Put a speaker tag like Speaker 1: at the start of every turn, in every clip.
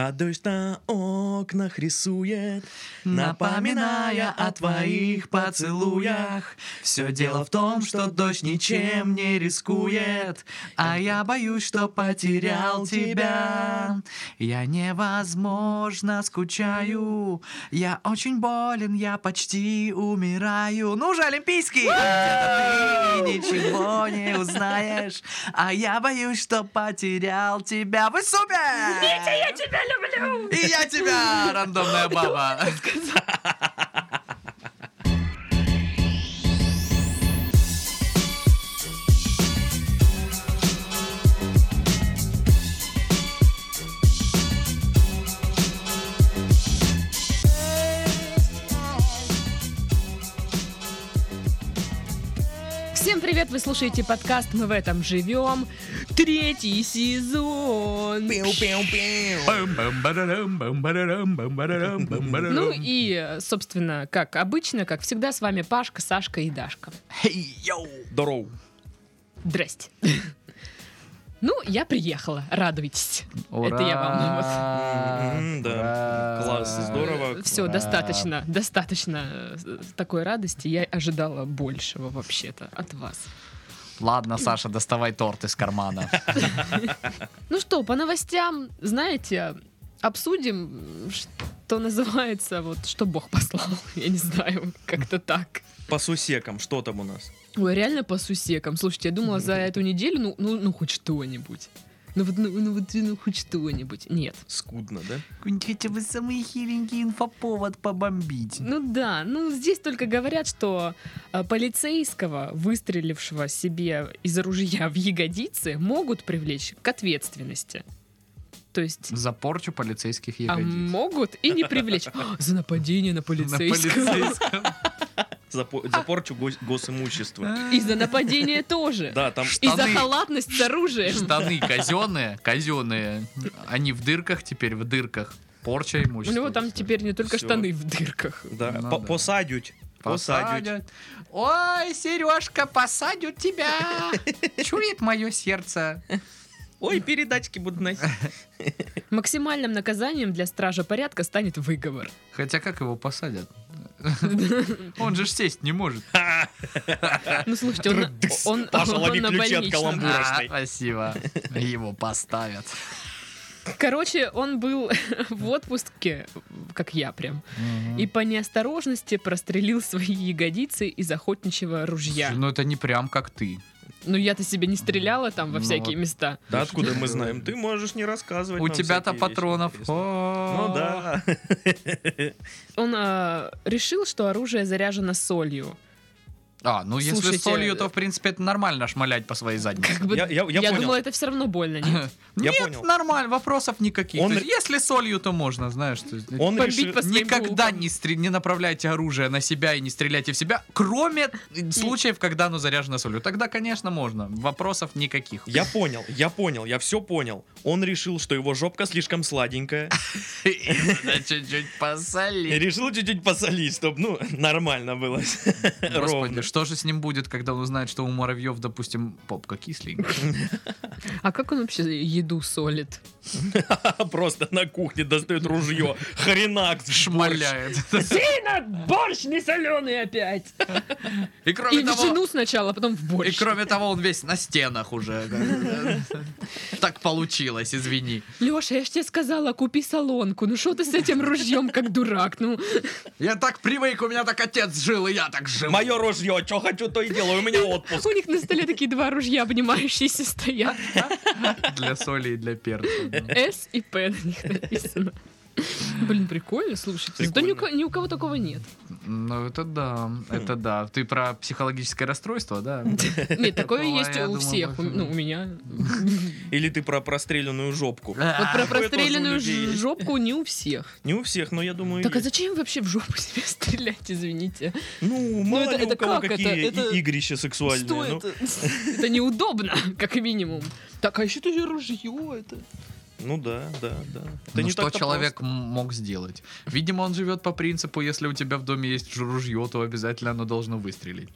Speaker 1: А дождь на окнах рисует,
Speaker 2: Напоминая о твоих поцелуях Все дело в том, что дождь ничем не рискует А я боюсь, что потерял тебя Я невозможно скучаю Я очень болен, я почти умираю Ну же, Олимпийский! Где-то ты ничего не узнаешь А я боюсь, что потерял тебя Вы супер!
Speaker 3: Витя, я тебя люблю!
Speaker 2: И я тебя, рандомная баба.
Speaker 3: Всем привет! Вы слушаете подкаст «Мы в этом живем». Третий сезон. Ну и, э, собственно, как обычно, как всегда, с вами Пашка, Сашка и Дашка.
Speaker 1: Здорово.
Speaker 3: Здрасте. Ну, я приехала, радуйтесь. Это я вам
Speaker 1: М, М-м-м, Да,
Speaker 2: Ура.
Speaker 1: класс, здорово.
Speaker 3: Все,
Speaker 2: Ура.
Speaker 3: достаточно, достаточно э, такой радости. Я ожидала большего вообще-то от вас.
Speaker 2: Ладно, Саша, доставай торт из кармана.
Speaker 3: Ну что, по новостям, знаете, обсудим, что называется, вот что Бог послал. Я не знаю, как-то так.
Speaker 1: По сусекам, что там у нас?
Speaker 3: Ой, реально по сусекам. Слушайте, я думала за эту неделю, ну, ну, ну хоть что-нибудь. Ну вот, ну, ну вот, ну хоть что-нибудь. Нет.
Speaker 1: Скудно, да?
Speaker 2: Хотя бы самый хиленький инфоповод побомбить.
Speaker 3: Ну да, ну здесь только говорят, что э, полицейского, выстрелившего себе из ружья в ягодицы, могут привлечь к ответственности. То есть...
Speaker 2: За порчу полицейских
Speaker 3: А
Speaker 2: ягодиц.
Speaker 3: могут и не привлечь. А, За нападение на
Speaker 2: На
Speaker 3: полицейского.
Speaker 2: полицейском.
Speaker 1: За, по- за порчу гос- госимущества.
Speaker 3: И за нападение тоже.
Speaker 1: Да, там
Speaker 3: И за
Speaker 2: Штаны.
Speaker 3: халатность с оружием.
Speaker 2: Штаны казенные, казенные. Они в дырках теперь, в дырках. Порча
Speaker 3: У
Speaker 2: имущества.
Speaker 3: него там теперь не только
Speaker 1: Всё.
Speaker 3: штаны в дырках.
Speaker 1: да,
Speaker 2: Ну
Speaker 1: по-
Speaker 2: да.
Speaker 1: посадють. Посадють.
Speaker 2: Посадят. Ой, Сережка, посадят тебя. Чует мое сердце.
Speaker 1: Ой, передачки будут носить.
Speaker 3: Максимальным наказанием для стража порядка станет выговор.
Speaker 2: Хотя как его посадят? Он же ж сесть не может.
Speaker 3: Ну слушайте, он, он,
Speaker 1: Паша,
Speaker 3: он
Speaker 1: лови
Speaker 3: на
Speaker 1: ключи от
Speaker 3: больничном.
Speaker 1: каламбура.
Speaker 2: А,
Speaker 1: Дурочный.
Speaker 2: Спасибо. Его поставят.
Speaker 3: Короче, он был в отпуске, как я прям, и по неосторожности прострелил свои ягодицы из охотничьего ружья.
Speaker 2: Ну это не прям как ты.
Speaker 3: Ну я-то себе не стреляла там во
Speaker 2: Ну
Speaker 3: всякие
Speaker 2: вот.
Speaker 3: места.
Speaker 1: Да откуда мы знаем? Ты можешь не рассказывать.
Speaker 2: У
Speaker 1: нам
Speaker 2: тебя-то
Speaker 1: всякие вещи
Speaker 2: патронов.
Speaker 1: интересные.
Speaker 2: Ну
Speaker 1: Ну да.
Speaker 3: Он а, решил, что оружие заряжено солью.
Speaker 2: А, ну если
Speaker 3: Слушайте,
Speaker 2: солью, то в принципе это нормально шмалять по своей заднице.
Speaker 3: Как бы,
Speaker 1: Я- я- я понял.
Speaker 3: думала, это все равно больно. Нет?
Speaker 1: Я
Speaker 2: Нет,
Speaker 1: понял.
Speaker 2: нормально, вопросов никаких.
Speaker 1: Он
Speaker 2: То есть,
Speaker 1: ре-
Speaker 2: Если солью, то можно, знаешь. то есть- э,
Speaker 1: Он
Speaker 3: Побить
Speaker 1: решил...
Speaker 3: по своим
Speaker 2: Никогда
Speaker 3: булкам.
Speaker 2: не, стре- не направляйте оружие на себя и не стреляйте в себя, кроме случаев, когда оно заряжено солью. Тогда, конечно, можно. Вопросов никаких.
Speaker 1: Я понял, я понял, я все понял. Он решил, что его жопка слишком сладенькая.
Speaker 2: Надо чуть-чуть
Speaker 1: И
Speaker 2: посолить.
Speaker 1: решил чуть-чуть посолить, чтобы, ну, нормально было.
Speaker 2: Господи,
Speaker 1: Ровно.
Speaker 2: что же с ним будет, когда он узнает, что у муравьев, допустим, попка кисленькая?
Speaker 3: А как он вообще еду солит?
Speaker 1: А Просто на кухне достает ружье. Хренак.
Speaker 2: Шмаляет.
Speaker 3: Сильно борщ не соленый опять!
Speaker 2: И
Speaker 3: И
Speaker 2: кроме
Speaker 3: в
Speaker 2: того,
Speaker 3: жену сначала, а потом в
Speaker 2: и
Speaker 3: борщ.
Speaker 2: кроме того, он весь на стенах уже. Так получилось, извини.
Speaker 3: Леша, я ж тебе сказала, купи солонку. Ну что ты с этим ружьем, как дурак? Ну,
Speaker 2: Я так привык, у меня так отец жил, и я так жил.
Speaker 1: Мое ружье, что хочу, то и делаю. У меня отпуск.
Speaker 3: у них на столе такие два ружья, обнимающиеся стоят.
Speaker 2: Для соли и для перца.
Speaker 3: С и П на них написано. Блин, прикольно, слушайте. Зато ни у, ко- ни у кого такого нет.
Speaker 2: Ну, это да, это да. Ты про психологическое расстройство, да?
Speaker 3: Нет, такое
Speaker 2: Такого,
Speaker 3: есть
Speaker 2: я
Speaker 3: у
Speaker 2: думаю,
Speaker 3: всех. У-
Speaker 2: больше
Speaker 3: Ну, у меня.
Speaker 1: Или ты про простреленную жопку.
Speaker 3: Вот
Speaker 1: такое
Speaker 3: про
Speaker 1: тоже у
Speaker 3: простреленную
Speaker 1: людей
Speaker 3: ж-
Speaker 1: есть. Ну
Speaker 3: жопку не у всех.
Speaker 1: Не у всех, но я думаю,
Speaker 3: Так а
Speaker 1: есть.
Speaker 3: зачем вообще в жопу себе стрелять, извините?
Speaker 1: Ну, мало
Speaker 3: это-
Speaker 1: ли
Speaker 3: это
Speaker 1: у кого
Speaker 3: как? Это-
Speaker 1: какие и-
Speaker 3: это-
Speaker 1: игрища сексуальные.
Speaker 3: Что
Speaker 1: ну.
Speaker 3: это? Это неудобно, как минимум. Так, а еще тоже ружье это.
Speaker 1: Ну да, да, да. Это
Speaker 2: Ну,
Speaker 1: не
Speaker 2: что
Speaker 1: так-то
Speaker 2: человек м- мог сделать? Видимо, он живет по принципу, если у тебя в доме есть ж- ружье, то обязательно оно должно выстрелить.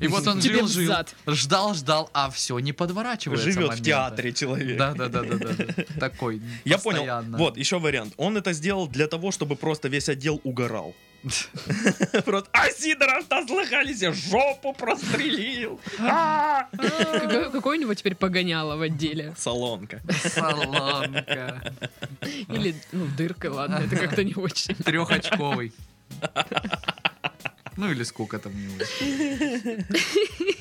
Speaker 2: И вот он
Speaker 3: Тебе
Speaker 2: жил,
Speaker 3: в
Speaker 2: жил,
Speaker 3: зад.
Speaker 2: ждал, ждал, а все, не подворачивается.
Speaker 1: просто. Живет в
Speaker 2: моменты.
Speaker 1: театре человек.
Speaker 2: Да, да, да, да, да. да. Такой.
Speaker 1: Я
Speaker 2: постоянно.
Speaker 1: понял. Вот, еще вариант. Он это сделал для того, чтобы просто весь отдел угорал. Просто, а Сидоров, то слыхались, я жопу прострелил. А!
Speaker 3: Какое какое у него теперь погоняло в отделе?
Speaker 1: Солонка.
Speaker 2: Соломка.
Speaker 3: Или, ну, дырка, ладно, это как-то не очень.
Speaker 2: Трехочковый. Ну или сколько там у него.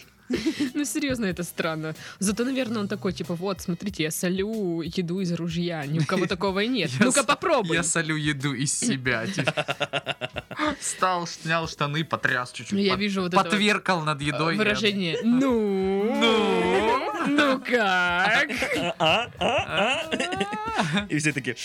Speaker 3: Ну, серьезно, это странно. Зато, наверное, он такой, типа, вот, смотрите, я солю еду из ружья. Ни у кого такого и нет.
Speaker 2: Я
Speaker 3: Ну-ка
Speaker 2: с-
Speaker 3: попробуй.
Speaker 2: Я солю еду из себя. типа. Встал, снял штаны, потряс
Speaker 3: Ну,
Speaker 2: чуть-чуть.
Speaker 3: я
Speaker 2: пот-
Speaker 3: вижу вот это вот,
Speaker 2: Потверкал над
Speaker 3: э,
Speaker 2: едой.
Speaker 3: выражение. Ну,
Speaker 2: Ну?
Speaker 3: ну как?
Speaker 1: А, а, а, а. И все такие,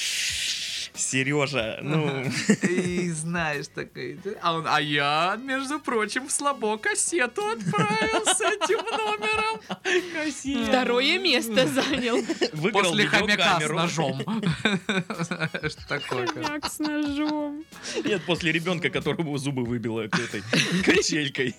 Speaker 1: Сережа, ну...
Speaker 2: И знаешь, такой... ты- А, он, а я, между прочим, в слабо кассету отправил с этим номером.
Speaker 3: Второе место занял.
Speaker 1: Выиграл
Speaker 2: После хомяка с
Speaker 1: видеокамеру.
Speaker 2: ножом. Что такое? короче.
Speaker 3: Как с ножом.
Speaker 1: Нет, после ребенка, которого зубы выбило к этой качелькой.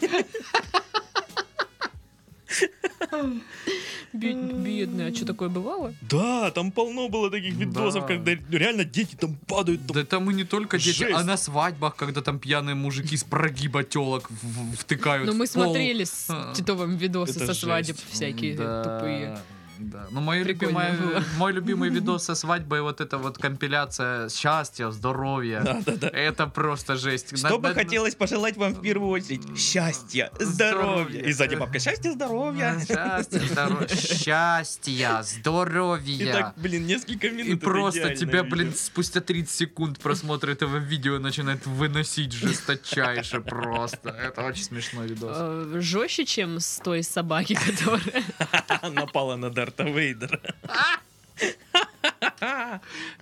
Speaker 3: Бед- Бедный, а что такое бывало?
Speaker 1: Да, там полно было таких видосов,
Speaker 2: Да.
Speaker 1: когда реально дети там падают. там
Speaker 2: Да там и не только дети,
Speaker 1: Жесть.
Speaker 2: а на свадьбах, когда там пьяные мужики с прогиба телок в- в- втыкают
Speaker 3: Но Ну, мы
Speaker 2: в пол.
Speaker 3: смотрели с Титовым видосы
Speaker 1: Это
Speaker 3: со свадеб
Speaker 1: жесть.
Speaker 3: всякие
Speaker 2: Да,
Speaker 3: тупые.
Speaker 2: Да. Ну, мой
Speaker 3: Прикольно
Speaker 2: любимый,
Speaker 3: было.
Speaker 2: мой любимый видос со свадьбой вот это вот компиляция счастья, здоровья. Это просто жесть.
Speaker 1: Что
Speaker 2: На-
Speaker 1: бы
Speaker 2: на-
Speaker 1: хотелось пожелать вам в первую очередь? Счастья, здоровья.
Speaker 2: Здоровья.
Speaker 1: И сзади бабка, счастья, здоровья.
Speaker 2: Счастье, здоровье. Счастья,
Speaker 1: И так,
Speaker 2: здоровья.
Speaker 1: блин, несколько минут.
Speaker 2: И
Speaker 1: это
Speaker 2: просто
Speaker 1: идеальное
Speaker 2: тебя,
Speaker 1: видео.
Speaker 2: блин, спустя 30 секунд просмотра этого видео начинает выносить жесточайше просто. Это очень смешной видос.
Speaker 3: Э, Жестче, чем с той собаки, которая...
Speaker 1: напала на Дарта Вейдера.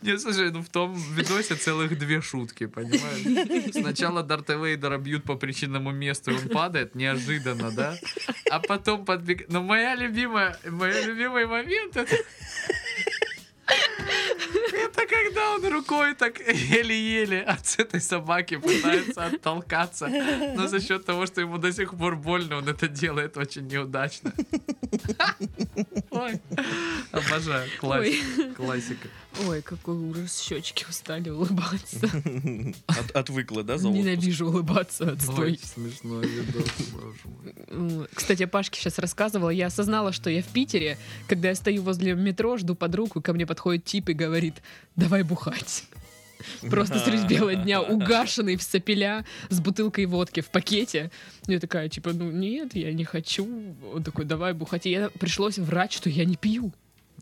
Speaker 2: Не, слушай, ну в том видосе целых две шутки, понимаешь? Сначала Дарта Вейдера бьют по причинному месту, и он падает неожиданно, да? А потом подбег... Но моя любимая, моя любимый момент это... Это когда он рукой так еле-еле от этой собаки пытается оттолкаться. Но за счет того, что ему до сих пор больно, он это делает очень неудачно. Ой, обожаю. Классика. Классика.
Speaker 3: Ой, какой ужас, щечки устали улыбаться.
Speaker 1: От- Отвыкла, да, за отпуск?
Speaker 3: Ненавижу улыбаться,
Speaker 2: Ой,
Speaker 3: отстой.
Speaker 2: смешной видос, боже мой.
Speaker 3: М, Кстати, я Пашке сейчас рассказывала, я осознала, что я в Питере, когда я стою возле метро, жду подругу, ко мне подходит тип и говорит, давай бухать. Просто средь бела дня, угашенный в сопеля с бутылкой водки в пакете. Я такая, типа, ну нет, я не хочу. Он такой, давай бухать. И я пришлось врать, что я не пью.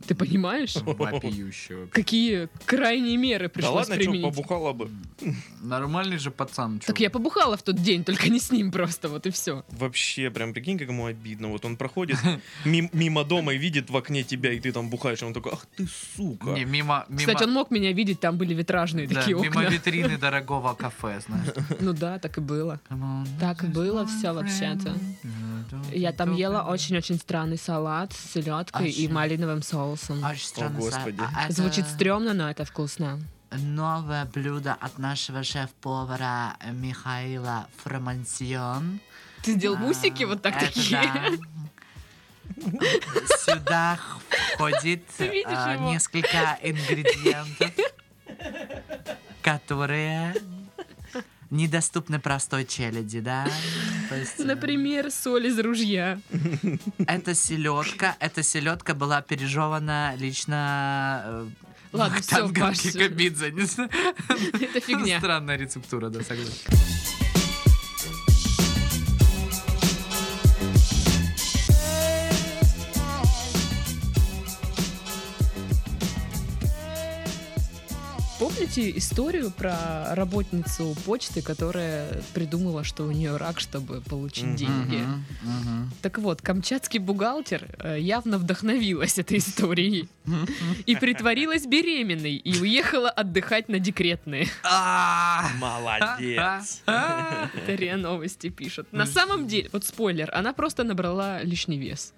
Speaker 3: Ты понимаешь?
Speaker 2: Вопиющий вообще.
Speaker 3: Какие крайние меры
Speaker 1: Да
Speaker 3: пришлось
Speaker 1: ладно, что,
Speaker 3: применить?
Speaker 1: побухала бы.
Speaker 2: Нормальный же пацан, чувак.
Speaker 3: Так я побухала в тот день, только не с ним просто, вот и все.
Speaker 1: Вообще, прям прикинь, как ему обидно. Вот он проходит мим- мимо дома и видит в окне тебя, и ты там бухаешь. и Он такой, ах ты сука.
Speaker 2: Не, мимо, мимо...
Speaker 3: Кстати, он мог меня видеть, там были витражные
Speaker 2: Да,
Speaker 3: такие
Speaker 2: мимо
Speaker 3: окна.
Speaker 2: витрины дорогого кафе, знаешь.
Speaker 3: Ну да, так и было. Так и было всё вообще-то. Я там ела очень-очень странный салат с селедкой и
Speaker 2: Очень.
Speaker 3: малиновым соусом.
Speaker 4: Очень странно.
Speaker 1: О, господи.
Speaker 4: а- это
Speaker 3: Звучит стрёмно, но это вкусно.
Speaker 4: Новое блюдо от нашего шеф-повара Михаила Фромансьон.
Speaker 3: Ты сделал бусики вот так
Speaker 4: Это да.
Speaker 3: такие?
Speaker 4: Сюда входит
Speaker 3: Ты видишь
Speaker 4: а,
Speaker 3: его?
Speaker 4: несколько ингредиентов, которые недоступны простой челяди, да? То есть, э,
Speaker 3: Например, соль из ружья.
Speaker 4: Это селедка. Эта селедка была пережевана лично э,
Speaker 3: Ладно, все,
Speaker 2: Танган
Speaker 3: Паш,
Speaker 2: Кикабидзе, не знаю.
Speaker 3: это фигня.
Speaker 2: Странная рецептура, да, согласен.
Speaker 3: Помните историю про работницу почты, которая придумала, что у нее рак, чтобы получить
Speaker 1: Мгм.
Speaker 3: деньги?
Speaker 4: Мгм, мгм.
Speaker 3: Так вот, камчатский бухгалтер э, явно вдохновилась этой историей и притворилась беременной и уехала отдыхать на декретные.
Speaker 2: А,
Speaker 1: Молодец.
Speaker 2: а,
Speaker 3: Это РИА Новости пишет. На самом деле, вот спойлер, она просто набрала лишний вес.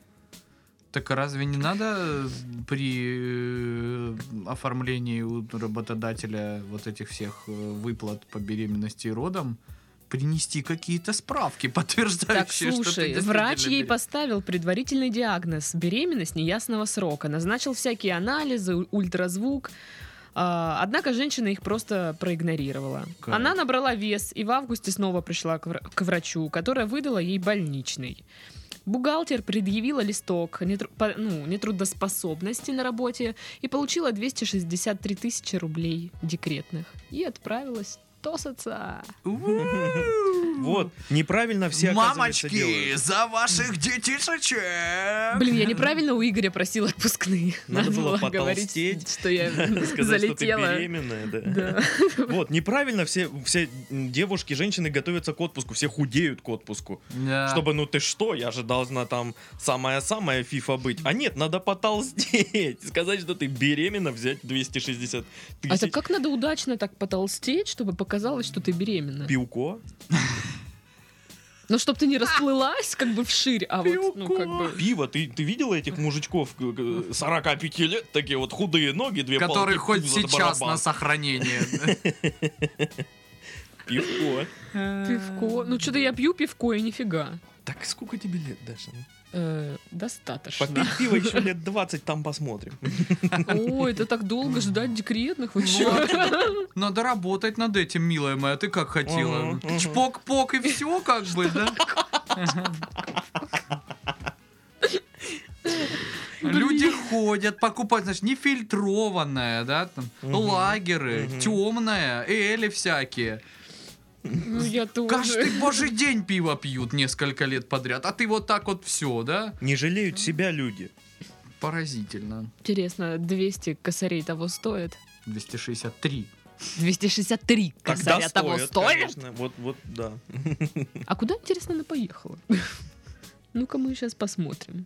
Speaker 2: Так а разве не надо э, при э, оформлении у работодателя вот этих всех э, выплат по беременности и родам принести какие-то справки,
Speaker 3: Так,
Speaker 2: подтверждающие, что ты
Speaker 3: слушай,
Speaker 2: действительно
Speaker 3: врач ей
Speaker 2: беременна?
Speaker 3: поставил предварительный диагноз беременность неясного срока, назначил всякие анализы, у- ультразвук. А, Однако женщина их просто проигнорировала.
Speaker 2: Как?
Speaker 3: Она набрала вес и в августе снова пришла к вра- к врачу, которая выдала ей больничный. Бухгалтер предъявила листок нетру- по- ну, нетрудоспособности на работе и получила 263 тысячи рублей декретных. И отправилась тосаться.
Speaker 2: У-у-у.
Speaker 1: Вот, неправильно все оказывается,
Speaker 2: Мамочки,
Speaker 1: делают.
Speaker 2: за ваших детишечек!
Speaker 3: Блин, я неправильно у Игоря просила отпускные.
Speaker 1: Надо было
Speaker 3: было говорить,
Speaker 1: потолстеть.
Speaker 3: что я
Speaker 1: Сказать, что ты
Speaker 3: залетела.
Speaker 1: беременная, да.
Speaker 3: Да.
Speaker 1: Вот, неправильно все, все м, девушки, женщины готовятся к отпуску, все худеют к отпуску.
Speaker 2: Да.
Speaker 1: Чтобы, ну ты что, я же должна там самая-самая фифа быть. А нет, надо потолстеть. Сказать, что ты беременна, взять 260
Speaker 3: А это
Speaker 1: тысяч.
Speaker 3: как надо удачно так потолстеть, чтобы показалось, что ты беременна?
Speaker 1: Пивко?
Speaker 3: Ну, чтобы ты не расплылась как бы вширь, а вот, ну, как бы...
Speaker 1: Пиво, ты, ты видела этих мужичков э, э, 45 лет, такие вот худые ноги, две
Speaker 2: Который
Speaker 1: палки,
Speaker 2: хоть
Speaker 1: пузо да
Speaker 2: сейчас
Speaker 1: барабан.
Speaker 2: на сохранение.
Speaker 1: Пивко.
Speaker 3: Пивко. Ну, что-то я пью пивко, и нифига.
Speaker 1: Так сколько тебе лет, Даша?
Speaker 3: Э, достаточно.
Speaker 1: Попить пиво еще лет 20, там посмотрим.
Speaker 3: О, это так долго ждать декретных, вы чё?
Speaker 2: Надо работать над этим, милая моя, ты как хотела.
Speaker 1: Мгм, мгм.
Speaker 2: Чпок-пок и все, как бы, да? Люди ходят, покупают, значит, нефильтрованное, да, там,
Speaker 1: Мгм,
Speaker 2: лагеры,
Speaker 1: мгм.
Speaker 2: темное, эли всякие.
Speaker 3: Ну, я тоже.
Speaker 2: Каждый божий день пиво пьют несколько лет подряд, а ты вот так вот все, да?
Speaker 1: Не жалеют себя люди.
Speaker 2: Поразительно.
Speaker 3: Интересно, 200 косарей того стоит?
Speaker 2: 263.
Speaker 3: 263
Speaker 1: Тогда
Speaker 3: косаря того стоит?
Speaker 1: конечно. Вот, вот, да.
Speaker 3: А куда, интересно, она поехала? Ну-ка мы сейчас посмотрим.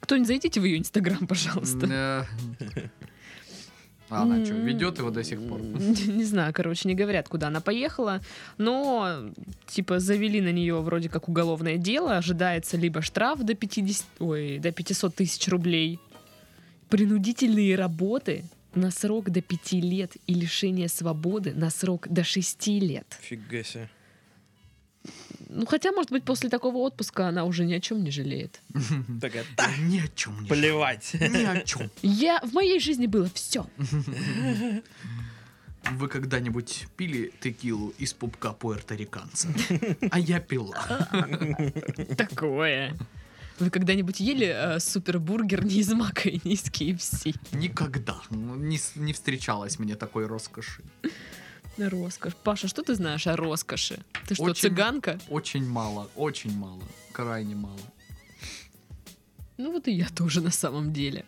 Speaker 3: Кто-нибудь зайдите в ее инстаграм, пожалуйста.
Speaker 2: Да. э. А она что, ведет его до сих пор?
Speaker 3: Не не знаю, короче, не говорят, куда она поехала, но, типа, завели на нее вроде как уголовное дело, ожидается либо штраф до 50, ой, до 500 тысяч рублей, принудительные работы на срок до 5 лет и лишение свободы на срок до 6 лет.
Speaker 1: Фига себе.
Speaker 3: Ну, хотя, может быть, после такого отпуска она уже ни о чем не жалеет.
Speaker 2: Хм.
Speaker 1: Такая, «Та,
Speaker 2: Ни о чем не
Speaker 1: а плевать.
Speaker 2: жалею. Ни о чем.
Speaker 3: Я в моей жизни было все.
Speaker 2: Вы когда-нибудь пили текилу из пупка пуэрториканца? А я пила.
Speaker 3: Такое. Вы когда-нибудь ели э, супербургер не из мака и не из KFC?
Speaker 2: Никогда. Ну, Не, с- не встречалась мне такой роскоши.
Speaker 3: Роскошь. Паша, что ты знаешь о роскоши? Ты что,
Speaker 2: Очень.
Speaker 3: цыганка?
Speaker 2: Очень мало, очень мало. Крайне мало.
Speaker 3: Ну вот и я тоже на самом деле.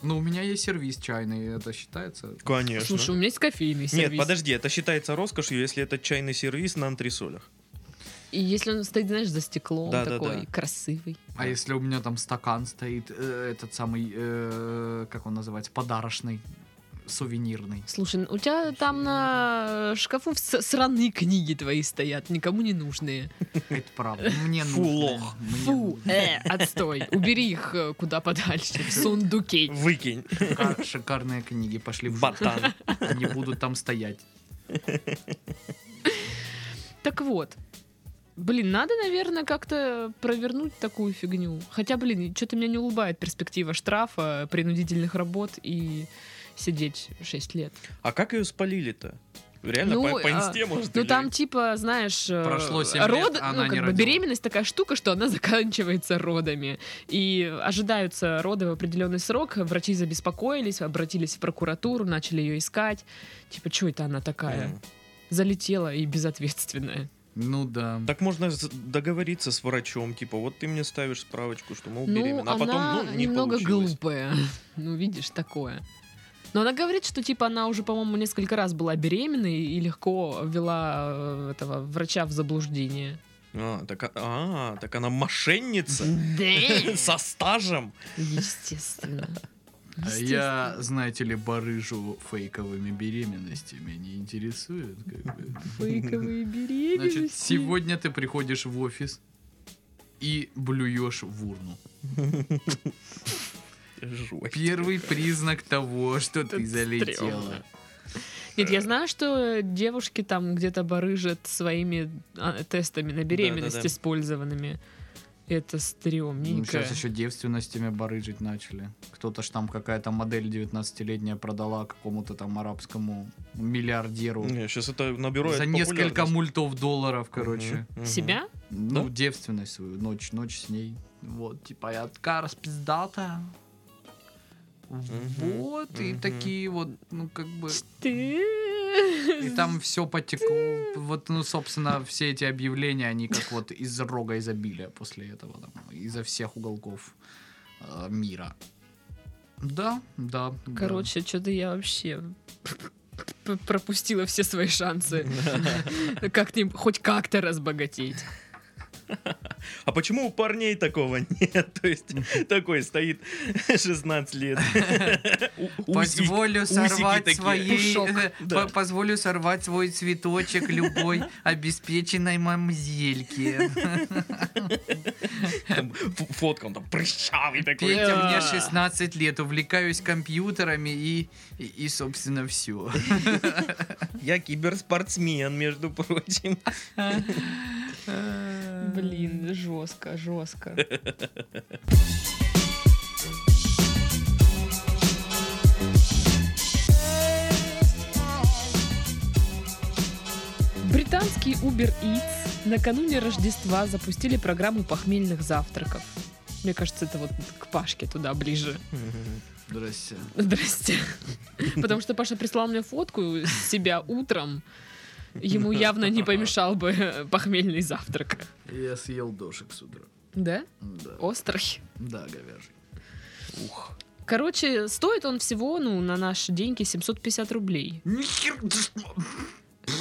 Speaker 2: Но у меня есть сервис чайный, это считается?
Speaker 1: Конечно.
Speaker 3: Слушай, у меня есть кофейный сервис.
Speaker 1: Нет, подожди, это считается роскошью, если это чайный сервис на антресолях.
Speaker 3: И если он стоит, знаешь, за стеклом,
Speaker 1: Да, да,
Speaker 3: такой
Speaker 1: да.
Speaker 3: красивый.
Speaker 2: А если у меня там стакан стоит, э, этот самый, э, как он называется, подарочный, сувенирный?
Speaker 3: Слушай, ну, у тебя там на шкафу с- сраные книги твои стоят, никому не нужные.
Speaker 2: Это правда. Мне
Speaker 1: Фу,
Speaker 2: нужно.
Speaker 1: лох.
Speaker 2: Мне
Speaker 3: Фу,
Speaker 2: нужно.
Speaker 3: э, отстой. Убери их э, куда подальше, в сундуке.
Speaker 1: Выкинь,
Speaker 2: Шикар- Шикарные книги пошли в жопу.
Speaker 1: ботан.
Speaker 2: Они будут там стоять.
Speaker 3: Так вот. Блин, надо, наверное, как-то провернуть такую фигню. Хотя, блин, что-то меня не улыбает перспектива штрафа, принудительных работ и сидеть 6 лет.
Speaker 1: А как ее спалили-то? Реально,
Speaker 3: Ну,
Speaker 1: по, по
Speaker 3: а,
Speaker 1: инсте, может?
Speaker 3: Ну,
Speaker 1: или-
Speaker 3: там, типа, знаешь, э,
Speaker 2: Прошло семь лет,
Speaker 3: род,
Speaker 2: а
Speaker 3: ну,
Speaker 2: она
Speaker 3: как
Speaker 2: не
Speaker 3: бы
Speaker 2: родила.
Speaker 3: беременность такая штука, что она заканчивается родами. И ожидаются роды в определенный срок. Врачи забеспокоились, обратились в прокуратуру, начали ее искать. Типа, э. что это она такая?
Speaker 1: Мгм.
Speaker 3: Залетела и безответственная.
Speaker 2: Ну да.
Speaker 1: Так можно с- договориться с врачом, типа, вот ты мне ставишь справочку, что, мол, беременна, а потом,
Speaker 3: она
Speaker 1: ну, не
Speaker 3: немного
Speaker 1: получилось.
Speaker 3: глупая. Ну, видишь, такое. Но она говорит, что типа она уже, по-моему, несколько раз была беременной и легко вела э, этого врача в заблуждение.
Speaker 1: А, так, а- а, так она мошенница
Speaker 3: Да,
Speaker 1: со стажем.
Speaker 3: естественно.
Speaker 2: А Я, знаете ли, барыжу фейковыми беременностями не интересует. как бы.
Speaker 3: Фейковые беременности.
Speaker 2: Значит, сегодня ты приходишь в офис, и блюешь в урну.
Speaker 1: Жуть.
Speaker 2: Первый признак того, что ты
Speaker 3: Это
Speaker 2: залетела.
Speaker 3: стрёмно. Нет, я знаю, что девушки там где-то барыжат своими а, тестами на беременность
Speaker 1: Да-да-да.
Speaker 3: использованными. Это
Speaker 2: Ну,
Speaker 3: стрёмненько.
Speaker 2: Сейчас еще девственностями барыжить начали. Кто-то ж там какая-то модель 19-летняя продала какому-то там арабскому миллиардеру.
Speaker 1: Сейчас это наберу
Speaker 2: За
Speaker 1: это
Speaker 2: несколько
Speaker 1: популярность.
Speaker 2: мультов долларов, короче.
Speaker 1: Мгм, мгм.
Speaker 3: Себя?
Speaker 2: Ну,
Speaker 1: Да?
Speaker 2: девственность свою, ночь, ночь с ней. Вот, типа, я такая распиздатая. Вот, и
Speaker 1: мгм.
Speaker 2: такие вот, ну, как бы...
Speaker 3: Ты...
Speaker 2: И там все потекло. Вот, ну, собственно, все эти объявления, они как вот из рога изобилия после этого, там, изо всех уголков э, мира. Да, да. да.
Speaker 3: Короче, что-то я вообще п- пропустила все свои шансы как-нибудь хоть как-то разбогатеть.
Speaker 1: А почему у парней такого нет? То есть такой стоит 16 лет. У- усик.
Speaker 5: Позволю
Speaker 1: усики
Speaker 5: сорвать
Speaker 1: такие.
Speaker 5: своей,
Speaker 3: Пушок.
Speaker 5: э,
Speaker 1: Да.
Speaker 5: по- позволю сорвать свой цветочек любой обеспеченной мамзельке.
Speaker 1: Там ф- Фотка, он там прыщавый такой.
Speaker 5: Петя, мне
Speaker 3: Да.
Speaker 5: 16 лет, увлекаюсь компьютерами и, и, и, собственно, все.
Speaker 1: Я киберспортсмен, между прочим.
Speaker 3: А. Блин, жестко, жестко. Британский Uber Eats накануне Рождества запустили программу похмельных завтраков. Мне кажется, это вот к Пашке туда ближе.
Speaker 2: Здрасте.
Speaker 3: Здрасте. Потому что Паша прислал мне фотку себя утром. Ему явно не помешал бы э, похмельный завтрак.
Speaker 2: Я съел дошек с утра.
Speaker 3: Да?
Speaker 2: Да,
Speaker 3: Острый.
Speaker 2: да, говяжий.
Speaker 1: Ух.
Speaker 3: Короче, стоит он всего, ну, на наши деньги 750 рублей.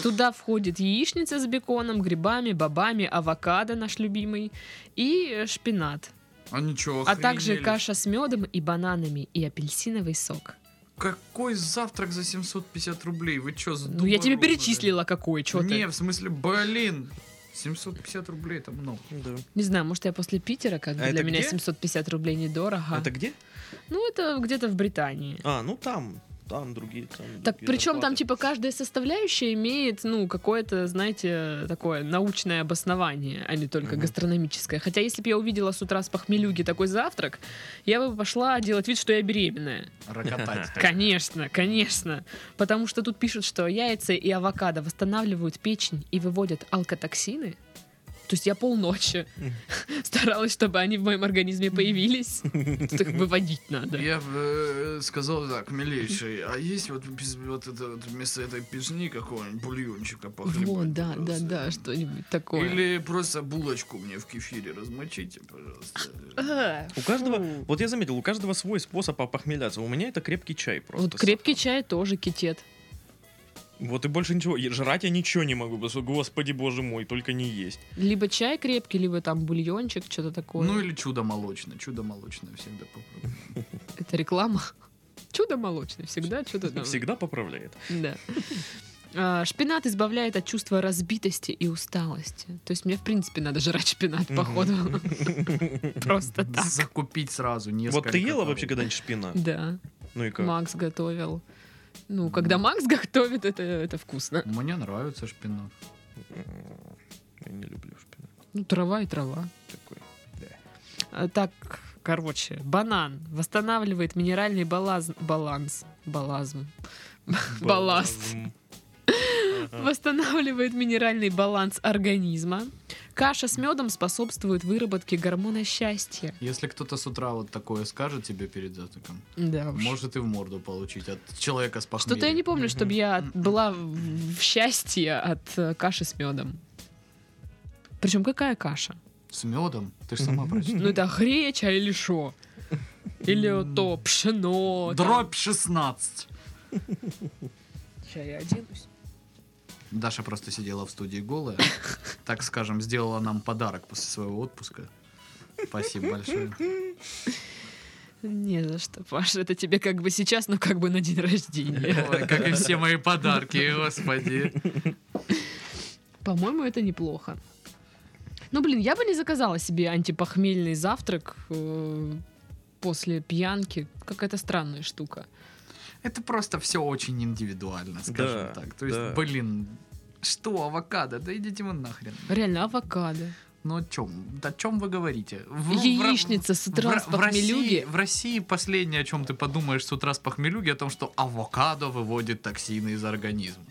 Speaker 3: Туда входит яичница с беконом, грибами, бобами, авокадо наш любимый и э, шпинат.
Speaker 2: А ничего,
Speaker 3: А также
Speaker 2: охренели.
Speaker 3: каша с медом и бананами и апельсиновый сок.
Speaker 2: Какой завтрак за 750 рублей? Вы чё, за
Speaker 3: Ну, я тебе
Speaker 2: дуборубы?
Speaker 3: перечислила какой, что
Speaker 2: Не,
Speaker 3: ты.
Speaker 2: в смысле, блин. 750 рублей, это много.
Speaker 1: Да.
Speaker 3: Не знаю, может, я после Питера, как бы
Speaker 1: А
Speaker 3: для
Speaker 1: это
Speaker 3: меня
Speaker 1: где?
Speaker 3: 750 рублей недорого.
Speaker 1: Это где?
Speaker 3: Ну, это где-то в Британии.
Speaker 1: А, ну там. Там другие. там
Speaker 3: Так,
Speaker 1: другие
Speaker 3: причем там,
Speaker 1: зарплаты.
Speaker 3: типа, каждая составляющая имеет, ну, какое-то, знаете, такое научное обоснование, а не только
Speaker 1: Мгм.
Speaker 3: гастрономическое. Хотя, если бы я увидела с утра с похмелюги такой завтрак, я бы пошла делать вид, что я беременная.
Speaker 2: Рокотать.
Speaker 3: Конечно, конечно. Потому что тут пишут, что яйца и авокадо восстанавливают печень и выводят алкотоксины. То есть я полночи
Speaker 1: Мгм.
Speaker 3: старалась, чтобы они в моем организме появились. Тут их выводить надо.
Speaker 2: Я э, сказал так, милейший, а есть вот, без- вот это, вот вместо этой песни какого-нибудь бульончика похлебать?
Speaker 3: Вот, да, да,
Speaker 2: пожалуйста?»
Speaker 3: да, что-нибудь такое.
Speaker 2: Или просто булочку мне в кефире размочите, пожалуйста.
Speaker 3: А,
Speaker 1: У каждого,
Speaker 3: фу.
Speaker 1: вот я заметил, у каждого свой способ опохмеляться. У меня это крепкий чай просто.
Speaker 3: Вот крепкий чай тоже китет.
Speaker 1: Вот и больше ничего. И Жрать я ничего не могу, потому что, господи боже мой, только не есть.
Speaker 3: Либо чай крепкий, либо там бульончик, что-то такое.
Speaker 2: Ну или чудо молочное, чудо молочное всегда попробую.
Speaker 3: Это реклама. Чудо молочное, всегда чудо. там.
Speaker 1: Всегда поправляет.
Speaker 3: Да. А, Шпинат избавляет от чувства разбитости и усталости. То есть мне, в принципе, надо жрать шпинат,
Speaker 1: Мгм.
Speaker 3: походу. Просто так.
Speaker 2: Закупить сразу несколько.
Speaker 1: Вот ты ела вообще
Speaker 2: коробок.
Speaker 1: когда-нибудь шпинат?
Speaker 3: Да,
Speaker 1: Ну и как?
Speaker 3: Макс готовил. Ну, когда Макс готовит, это, это вкусно.
Speaker 2: Мне нравится шпинат.
Speaker 1: М, Я не люблю шпинат
Speaker 3: Ну, трава и трава.
Speaker 1: такой.
Speaker 3: А, Так, короче, банан восстанавливает минеральный балаз... баланс. Балазм. Балласт.
Speaker 1: М,
Speaker 2: А.
Speaker 1: Ага.
Speaker 3: Восстанавливает минеральный баланс организма. Каша с медом способствует выработке гормона счастья.
Speaker 2: Если кто-то с утра вот такое скажет тебе перед завтраком,
Speaker 3: Да уж.
Speaker 2: может и в морду получить от человека с похмелья.
Speaker 3: Что-то я не помню, чтобы я
Speaker 2: Мгм.
Speaker 3: была в в счастье от э, каши с медом. Причем какая каша?
Speaker 2: С медом? Ты же сама прочитала.
Speaker 3: Ну это греча или шо? Или вот то пшено. там.
Speaker 2: Дробь 16.
Speaker 3: Ща я оденусь.
Speaker 2: Даша просто сидела в студии голая. Так скажем, сделала нам подарок после своего отпуска. Спасибо большое.
Speaker 3: Не за что, Паша, это тебе как бы сейчас, но как бы на день рождения.
Speaker 2: Ой, как и все мои подарки, господи.
Speaker 3: По-моему, это неплохо. Ну, блин, я бы не заказала себе антипохмельный завтрак э, после пьянки. Какая-то странная штука.
Speaker 2: Это просто все очень индивидуально, скажем
Speaker 1: Да,
Speaker 2: так. То есть,
Speaker 1: да.
Speaker 2: блин, что авокадо? Да идите вы нахрен.
Speaker 3: Реально, авокадо.
Speaker 2: Ну о чем? О чем вы говорите? В- в-
Speaker 3: Яичница с
Speaker 2: в- в-
Speaker 3: утра с
Speaker 2: в России,
Speaker 3: похмелюги.
Speaker 2: в России последнее, о чем ты подумаешь с утра с похмелюги, о том, что авокадо выводит токсины из организма.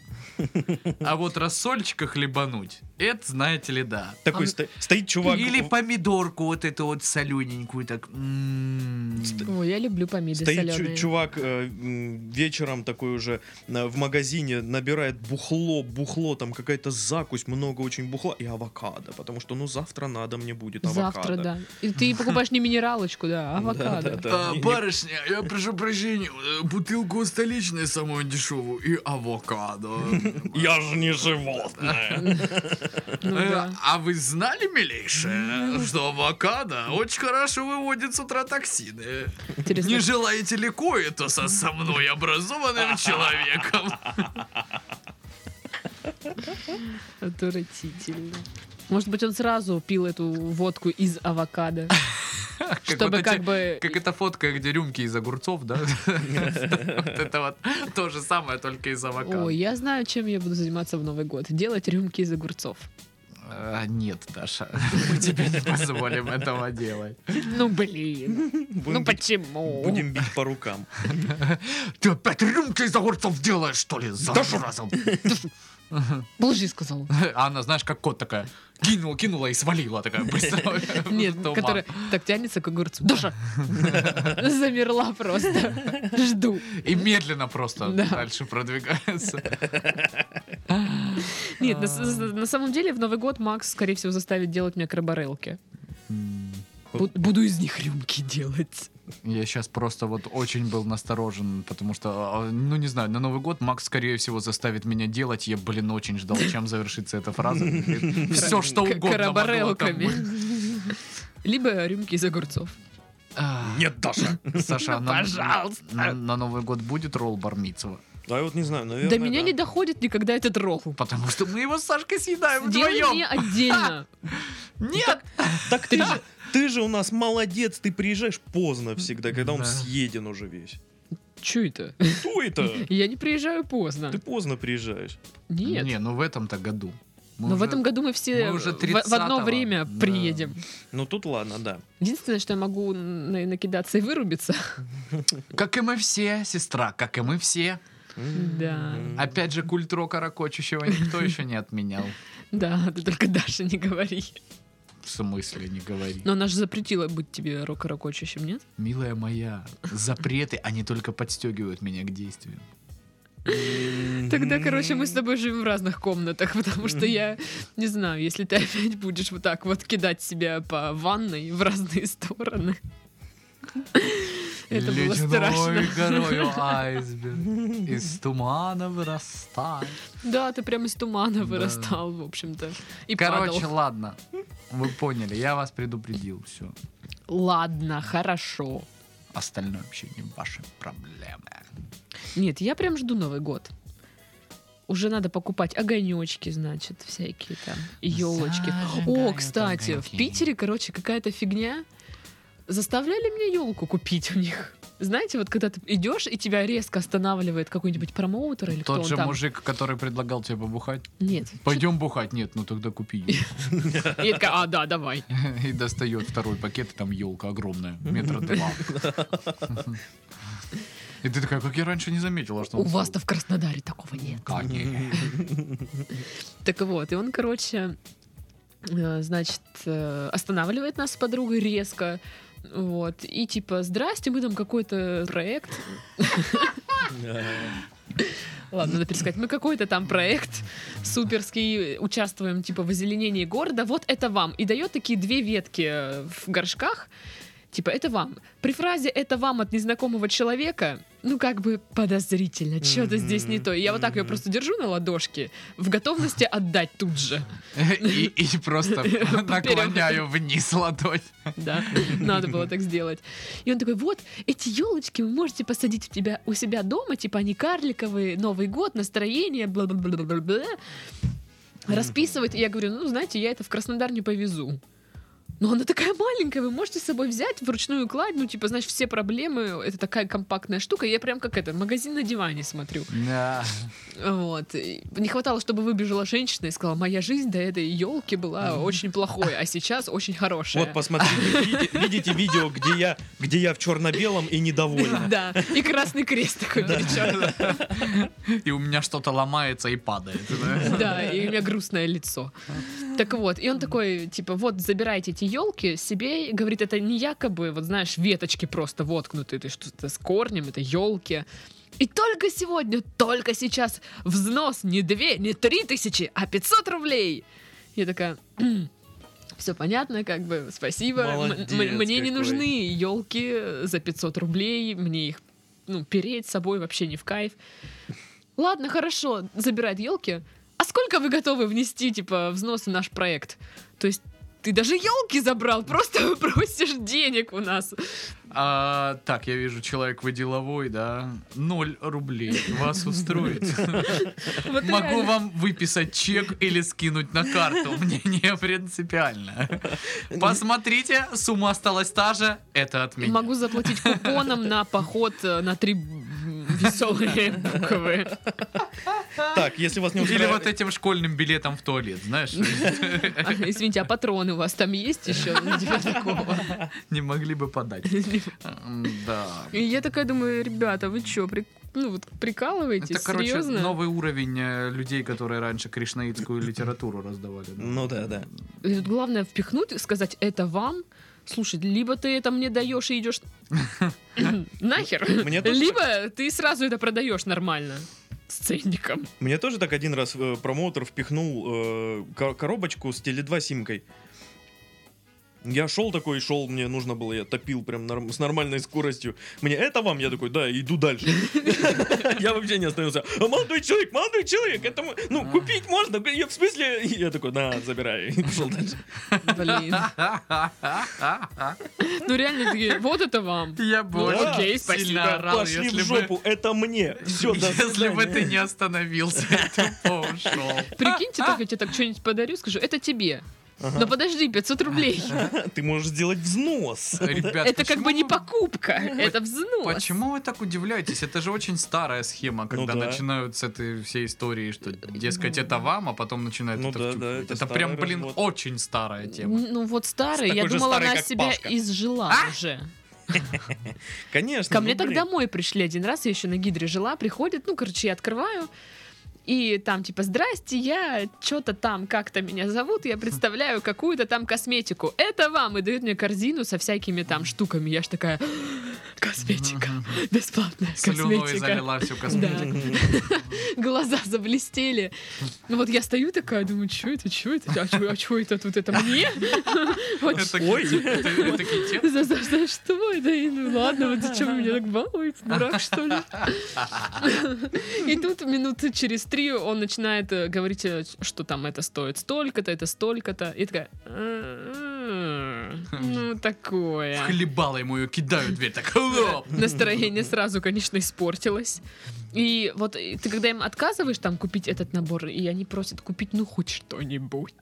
Speaker 2: А вот рассольчика хлебануть, это, знаете ли, да.
Speaker 1: Такой
Speaker 3: А-
Speaker 1: сто- стоит чувак.
Speaker 2: Или
Speaker 1: в-
Speaker 2: помидорку вот эту вот солененькую так. м-м-м. м.
Speaker 3: Ой, я люблю помидоры
Speaker 1: Стоит чу-
Speaker 3: соленые.
Speaker 1: чувак э, м, вечером такой уже э, в магазине набирает бухло, бухло, там какая-то закусь, много очень бухла и авокадо, потому что ну завтра надо мне будет авокадо.
Speaker 3: Завтра, да. И ты покупаешь не минералочку, да, а авокадо.
Speaker 1: Да, не- не-
Speaker 2: барышня, я прошу прощения, э, бутылку столичной самую дешевую и авокадо.
Speaker 1: Я же не животное.
Speaker 3: Ну
Speaker 2: Э,
Speaker 3: да.
Speaker 2: А вы знали, милейшая, что авокадо очень хорошо выводит с утра токсины? Не
Speaker 3: Интересно,
Speaker 2: желаете ли кое-то со, со мной образованным человеком?
Speaker 3: отвратительно. Может быть, он сразу пил эту водку из авокадо, чтобы
Speaker 2: вот эти-
Speaker 3: как бы...
Speaker 2: Как эта фотка, где рюмки из огурцов, да? Вот Это вот то же самое, только из авокадо.
Speaker 3: Ой, я знаю, чем я буду заниматься в Новый год. Делать рюмки из огурцов.
Speaker 2: А, Нет, Даша, мы тебе не позволим этого делать.
Speaker 3: Ну, блин.
Speaker 1: Будем
Speaker 3: Ну,
Speaker 1: бить-
Speaker 3: почему?
Speaker 1: Будем бить по рукам.
Speaker 2: Ты опять рюмки из огурцов делаешь, что ли? За разом.
Speaker 3: Лжи сказал.
Speaker 2: А она, знаешь, как кот такая, кинула, кинула и свалила такая быстро.
Speaker 3: Нет,
Speaker 2: Туман.
Speaker 3: которая так тянется к огурцу. Даша! Замерла просто. Жду.
Speaker 2: И медленно просто
Speaker 3: Да.
Speaker 2: дальше продвигается.
Speaker 3: Нет, на,
Speaker 1: А.
Speaker 3: с- на самом деле в Новый год Макс, скорее всего, заставит делать мне крабарелки. Бу- Буду из них рюмки делать.
Speaker 2: Я сейчас просто вот очень был насторожен, потому что, а, ну не знаю, на Новый год Макс, скорее всего, заставит меня делать. Я, блин, очень ждал, чем завершится эта фраза. Все, что
Speaker 3: К-
Speaker 2: угодно. могло там
Speaker 3: Крабарелками.
Speaker 2: быть.
Speaker 3: Либо рюмки из огурцов.
Speaker 2: А,
Speaker 1: Нет, Даша.
Speaker 2: Саша, а на-
Speaker 3: пожалуйста.
Speaker 2: на- На Новый год будет ролл Бармицева?
Speaker 1: А я вот не знаю, наверное.
Speaker 3: До меня
Speaker 1: да.
Speaker 3: не доходит никогда этот ролл.
Speaker 2: Потому что мы его с Сашкой съедаем
Speaker 3: Делай мне
Speaker 2: вдвоем.
Speaker 3: отдельно.
Speaker 2: Нет!
Speaker 1: Так ты же, ты же у нас молодец, ты приезжаешь поздно всегда, когда он
Speaker 2: Да.
Speaker 1: съеден уже весь.
Speaker 3: Че это?
Speaker 1: Кто это?
Speaker 3: Я не приезжаю поздно.
Speaker 1: Ты поздно приезжаешь.
Speaker 3: Нет.
Speaker 2: Не, ну в этом-то году. Мы
Speaker 3: Но в
Speaker 2: уже-
Speaker 3: этом году мы все
Speaker 2: мы уже
Speaker 3: в- в одно
Speaker 2: 30-го.
Speaker 3: время
Speaker 2: Да.
Speaker 3: приедем.
Speaker 1: Ну тут ладно, да.
Speaker 3: Единственное, что я могу на- накидаться и вырубиться.
Speaker 2: Как и мы все, сестра, как и мы все.
Speaker 1: М.
Speaker 3: Да.
Speaker 1: М.
Speaker 2: Опять же, культ рока ракочущего никто еще не отменял.
Speaker 3: Да, ты только Даша не говори.
Speaker 2: В смысле, не говори.
Speaker 3: Но она же запретила быть тебе рок-рокочущим, нет?
Speaker 2: Милая моя, запреты, они только подстегивают меня к действию.
Speaker 3: Тогда, короче, мы с тобой живем в разных комнатах, потому что я не знаю, если ты опять будешь вот так вот кидать себя по ванной в разные стороны. Это было страшно.
Speaker 2: Ледяной горою айсберг из тумана вырастает.
Speaker 3: Да, ты прям из тумана
Speaker 2: Да.
Speaker 3: вырастал, в общем-то. И
Speaker 2: Короче,
Speaker 3: падал.
Speaker 2: ладно. Вы поняли, я вас предупредил, все.
Speaker 3: Ладно, хорошо.
Speaker 2: Остальное вообще не ваши проблемы.
Speaker 3: Нет, я прям жду Новый год. Уже надо покупать огонечки, значит, всякие там, елочки. О,
Speaker 2: Зажигают
Speaker 3: кстати, в
Speaker 2: огоньки.
Speaker 3: Питере, короче, какая-то фигня. Заставляли мне елку купить у них. Знаете, вот когда ты идешь, и тебя резко останавливает какой-нибудь промоутер или кто
Speaker 2: Тот
Speaker 3: он
Speaker 2: же
Speaker 3: там.
Speaker 2: мужик, который предлагал тебе побухать.
Speaker 3: Нет.
Speaker 2: Пойдем бухать. Нет, ну тогда купи ёлку.
Speaker 3: И я такая, а, да, давай.
Speaker 2: И достает второй пакет, и там елка огромная, метра два. И ты такая, как я раньше не заметила, что
Speaker 3: У
Speaker 2: он
Speaker 3: вас-то в Краснодаре такого нет.
Speaker 2: стал». Как не?
Speaker 3: Так вот, и он, короче, э, значит, э, останавливает нас с подругой резко. Вот. И типа, здрасте, мы там какой-то проект.
Speaker 1: Да.
Speaker 3: Ладно, надо пересказать. Мы какой-то там проект суперский, участвуем типа в озеленении города. Вот это вам. И дает такие две ветки э, в горшках. Типа, это вам. При фразе «это вам от незнакомого человека» ну, как бы подозрительно, что-то
Speaker 1: Мгм,
Speaker 3: здесь не то. И я вот так ее
Speaker 1: мгм.
Speaker 3: просто держу на ладошке, в готовности отдать тут же.
Speaker 2: И, и просто наклоняю вниз ладонь.
Speaker 3: Да, надо было так сделать. И он такой, вот, эти елочки вы можете посадить у, тебя, у себя дома, типа они карликовые, Новый год, настроение, бла бла бла бла бла расписывать. И я говорю, ну, знаете, я это в Краснодар не повезу. Но она такая маленькая, вы можете с собой взять вручную кладь, ну, типа, значит, все проблемы, это такая компактная штука, я прям как это, магазин на диване смотрю.
Speaker 2: Да.
Speaker 3: Вот. И Не хватало, чтобы выбежала женщина и сказала, моя жизнь до этой елки была очень плохой, а сейчас очень хорошая.
Speaker 1: Вот посмотрите, видите, видите видео, где я, где я в черно-белом и недоволен.
Speaker 3: Да, и красный крест такой причём.
Speaker 2: И у меня что-то ломается и падает.
Speaker 3: Да, и у меня грустное лицо. Так вот, и он такой, типа, вот, забирайте эти елки себе, и говорит, это не якобы, вот знаешь, веточки просто воткнуты, ты что-то с корнем, это елки. И только сегодня, только сейчас взнос не две, не три тысячи, а 500 рублей. Я такая, все понятно, как бы, спасибо. М-
Speaker 2: Молодец
Speaker 3: м- мне не
Speaker 2: какой.
Speaker 3: нужны елки за 500 рублей, мне их, ну, переть с собой вообще не в кайф. Ладно, хорошо, забирает елки. А сколько вы готовы внести, типа, взнос в наш проект? То есть ты даже елки забрал, просто просишь денег у нас.
Speaker 2: А, так, я вижу, человек вы деловой, да? Ноль рублей. Вас устроит.
Speaker 3: Вот
Speaker 2: Могу
Speaker 3: реально.
Speaker 2: вам выписать чек или скинуть на карту. Мне не принципиально. Посмотрите, сумма осталась та же. Это от меня.
Speaker 3: Могу заплатить купоном на поход э, на три м, веселые буквы.
Speaker 1: Так, если вас не
Speaker 2: Или вот
Speaker 1: устраивает...
Speaker 2: этим школьным билетом в туалет, знаешь?
Speaker 3: А, Извините, а патроны у вас там есть еще? Ну, типа такого.
Speaker 2: Не могли бы подать. М, Да.
Speaker 3: И я такая думаю, ребята, вы что, ну вот прикалываетесь?
Speaker 2: Это, короче,
Speaker 3: Серьезно?
Speaker 2: новый уровень э, людей, которые раньше кришнаитскую литературу раздавали. да.
Speaker 1: Ну да, да.
Speaker 3: И тут главное впихнуть, и сказать, это вам. Слушай, либо ты это мне даешь и идешь нахер,
Speaker 1: Мне тоже-
Speaker 3: либо ты сразу это продаешь нормально с ценником.
Speaker 1: Мне тоже так один раз э, промоутер впихнул э, ко- коробочку с Теле2 симкой. Я шел такой, шел, мне нужно было, я топил прям норм- с нормальной скоростью. Мне это вам? Я такой, да, иду дальше. Я вообще не остановился. «А, Молодой человек, молодой человек, это мы- ну, купить можно? Я в смысле? И Я такой, на, забирай. И пошел дальше.
Speaker 3: Блин. Ну реально, такие, вот это вам.
Speaker 2: Я бы
Speaker 3: Ну,
Speaker 2: очень
Speaker 3: окей, спасибо.
Speaker 2: сильно орал,
Speaker 1: Пошли в
Speaker 2: если бы-
Speaker 1: жопу, это мне. Все, до
Speaker 2: Если бы
Speaker 1: свидания.
Speaker 2: ты не остановился и тупо ушел.
Speaker 3: Прикиньте, так я тебе так что-нибудь подарю, скажу, это тебе. Но подожди, 500 рублей.
Speaker 1: Ты можешь сделать взнос.
Speaker 2: Ребят,
Speaker 3: Это как
Speaker 2: почему
Speaker 3: бы не
Speaker 2: вы-
Speaker 3: покупка, это взнос.
Speaker 2: Почему вы так удивляетесь? Это же очень старая схема,
Speaker 1: Ну
Speaker 2: когда
Speaker 1: да.
Speaker 2: начинают с этой всей истории, что, дескать, это вам, а потом начинают
Speaker 1: Ну
Speaker 2: это
Speaker 1: да, да,
Speaker 2: втюхивать.
Speaker 1: это
Speaker 2: Это,
Speaker 1: старый
Speaker 2: прям, блин,
Speaker 1: развод.
Speaker 2: очень старая тема.
Speaker 3: Ну вот старый, я
Speaker 1: Такой же
Speaker 3: думала,
Speaker 1: старый,
Speaker 3: она
Speaker 1: как
Speaker 3: себя
Speaker 1: Пашка.
Speaker 3: изжила уже.
Speaker 1: Конечно.
Speaker 3: Ко
Speaker 1: ну,
Speaker 3: мне так
Speaker 1: блин.
Speaker 3: домой пришли один раз, я еще на гидре жила, приходит, ну, короче, я открываю, и там типа, здрасте, я что-то там, как-то меня зовут, я представляю какую-то там косметику. Это вам! И дают мне корзину со всякими там штуками. Я ж такая, косметика, бесплатная
Speaker 2: Слюной
Speaker 3: косметика.
Speaker 2: залила всю косметику.
Speaker 3: Глаза заблестели. Ну вот я стою такая, думаю, что это, что это, а что это тут, это мне? Вот
Speaker 2: Это
Speaker 1: Ой.
Speaker 2: кит- это- это китет.
Speaker 3: за, за- за что это? И, ну ладно, вот зачем меня так балуете, дурак что ли? И тут минуты через три он начинает э, говорить, э, что там это стоит столько-то, это столько-то. И такая... «М-м, Ну, такое.
Speaker 2: Хлебало ему ее кидают в дверь, так хлоп.
Speaker 3: Настроение сразу, конечно, испортилось. И вот и ты когда им отказываешь там купить этот набор, и они просят купить ну хоть что-нибудь.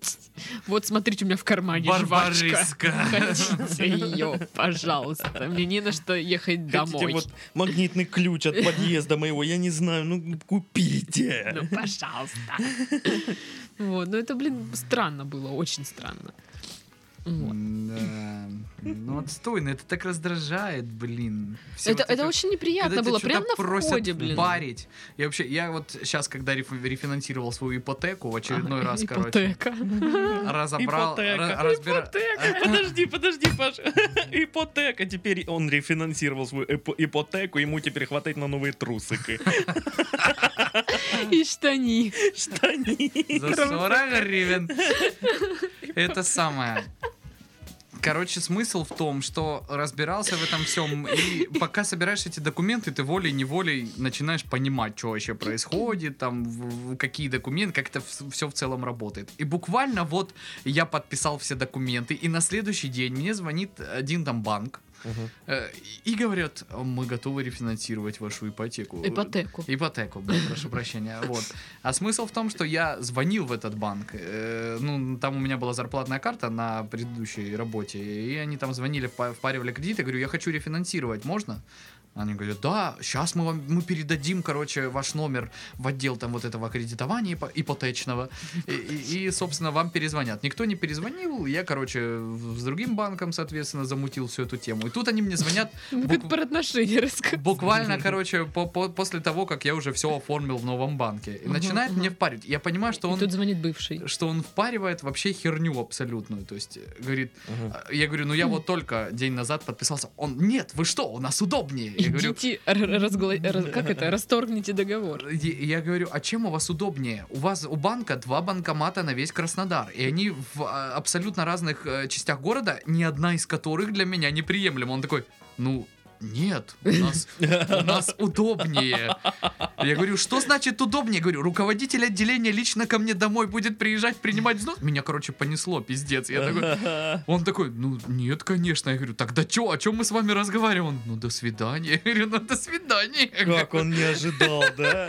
Speaker 3: Вот смотрите, у меня в кармане жвачка.
Speaker 2: Барбариска.
Speaker 3: Хотите ее, пожалуйста. Мне не на что ехать
Speaker 1: Хотите
Speaker 3: домой.
Speaker 1: вот магнитный ключ от подъезда моего, я не знаю, ну купите.
Speaker 3: Ну, пожалуйста. Вот, ну это, блин, странно было, очень странно. Вот.
Speaker 2: Да. Ну отстойно, это так раздражает, блин. Всё
Speaker 3: Это,
Speaker 2: вот
Speaker 3: это очень неприятно
Speaker 2: когда
Speaker 3: было,
Speaker 2: тебя
Speaker 3: прям
Speaker 2: что-то
Speaker 3: на
Speaker 2: просят
Speaker 3: входе, блин.
Speaker 2: Барить. Я вообще, я вот сейчас, когда реф- рефинансировал свою ипотеку, в очередной
Speaker 3: А,
Speaker 2: раз, короче,
Speaker 3: Ипотека.
Speaker 2: разобрал,
Speaker 1: Ипотека.
Speaker 2: ра- разбира-
Speaker 1: Ипотека. Подожди, подожди, Паша. Ипотека. Теперь он рефинансировал свою ипо- ипотеку, ему теперь хватает на новые трусики.
Speaker 3: И штани.
Speaker 1: Штани.
Speaker 2: За 40 гривен. Это самое. Короче, смысл в том, что разбирался в этом всем, и пока собираешь эти документы, ты волей-неволей начинаешь понимать, что вообще происходит, там, в- в какие документы, как это все в целом работает. И буквально вот я подписал все документы, и на следующий день мне звонит один там банк,
Speaker 1: Мгм.
Speaker 2: э, и говорят, мы готовы рефинансировать вашу ипотеку.
Speaker 3: Ипотеку.
Speaker 2: Ипотеку, блин, прошу прощения. Вот. А смысл в том, что я звонил в этот банк. э, ну, там у меня была зарплатная карта на предыдущей работе. И они там звонили, впа- впаривали кредит. Я говорю, я хочу рефинансировать, можно? Они говорят, да, сейчас мы вам мы передадим, короче, ваш номер в отдел там вот этого кредитования ипо- ипотечного. И, и- и, собственно, вам перезвонят. Никто не перезвонил. Я, короче, в- с другим банком, соответственно, замутил всю эту тему. И тут они мне звонят
Speaker 3: Ну,
Speaker 2: букв-
Speaker 3: Как про отношения рассказывать.
Speaker 2: Буквально, короче, по- по- после того, как я уже все оформил в новом банке. И
Speaker 3: Мгм,
Speaker 2: начинает
Speaker 3: мгм.
Speaker 2: мне впарить. Я понимаю, что он,
Speaker 3: Тут звонит бывший.
Speaker 2: что он впаривает вообще херню абсолютную. То есть, э, говорит,
Speaker 1: Мгм.
Speaker 2: э, я говорю, ну я вот только день назад подписался. Он, нет, вы что, у нас удобнее. Я говорю,
Speaker 3: Идите, р- разгла- раз- как это, расторгните договор.
Speaker 2: «Э, я говорю, а чем у вас удобнее? У вас у банка два банкомата на весь Краснодар, и они в а, абсолютно разных э, частях города, ни одна из которых для меня неприемлема. Он такой, ну нет, у нас у нас удобнее. Я говорю, что значит удобнее? Я говорю, руководитель отделения лично ко мне домой будет приезжать, принимать взнос. Меня, короче, понесло, пиздец. Я такой, он такой, ну нет, конечно. Я говорю, тогда чё, о чем мы с вами разговариваем? Он, ну до свидания. Я говорю, ну до свидания.
Speaker 1: Как он не ожидал, да?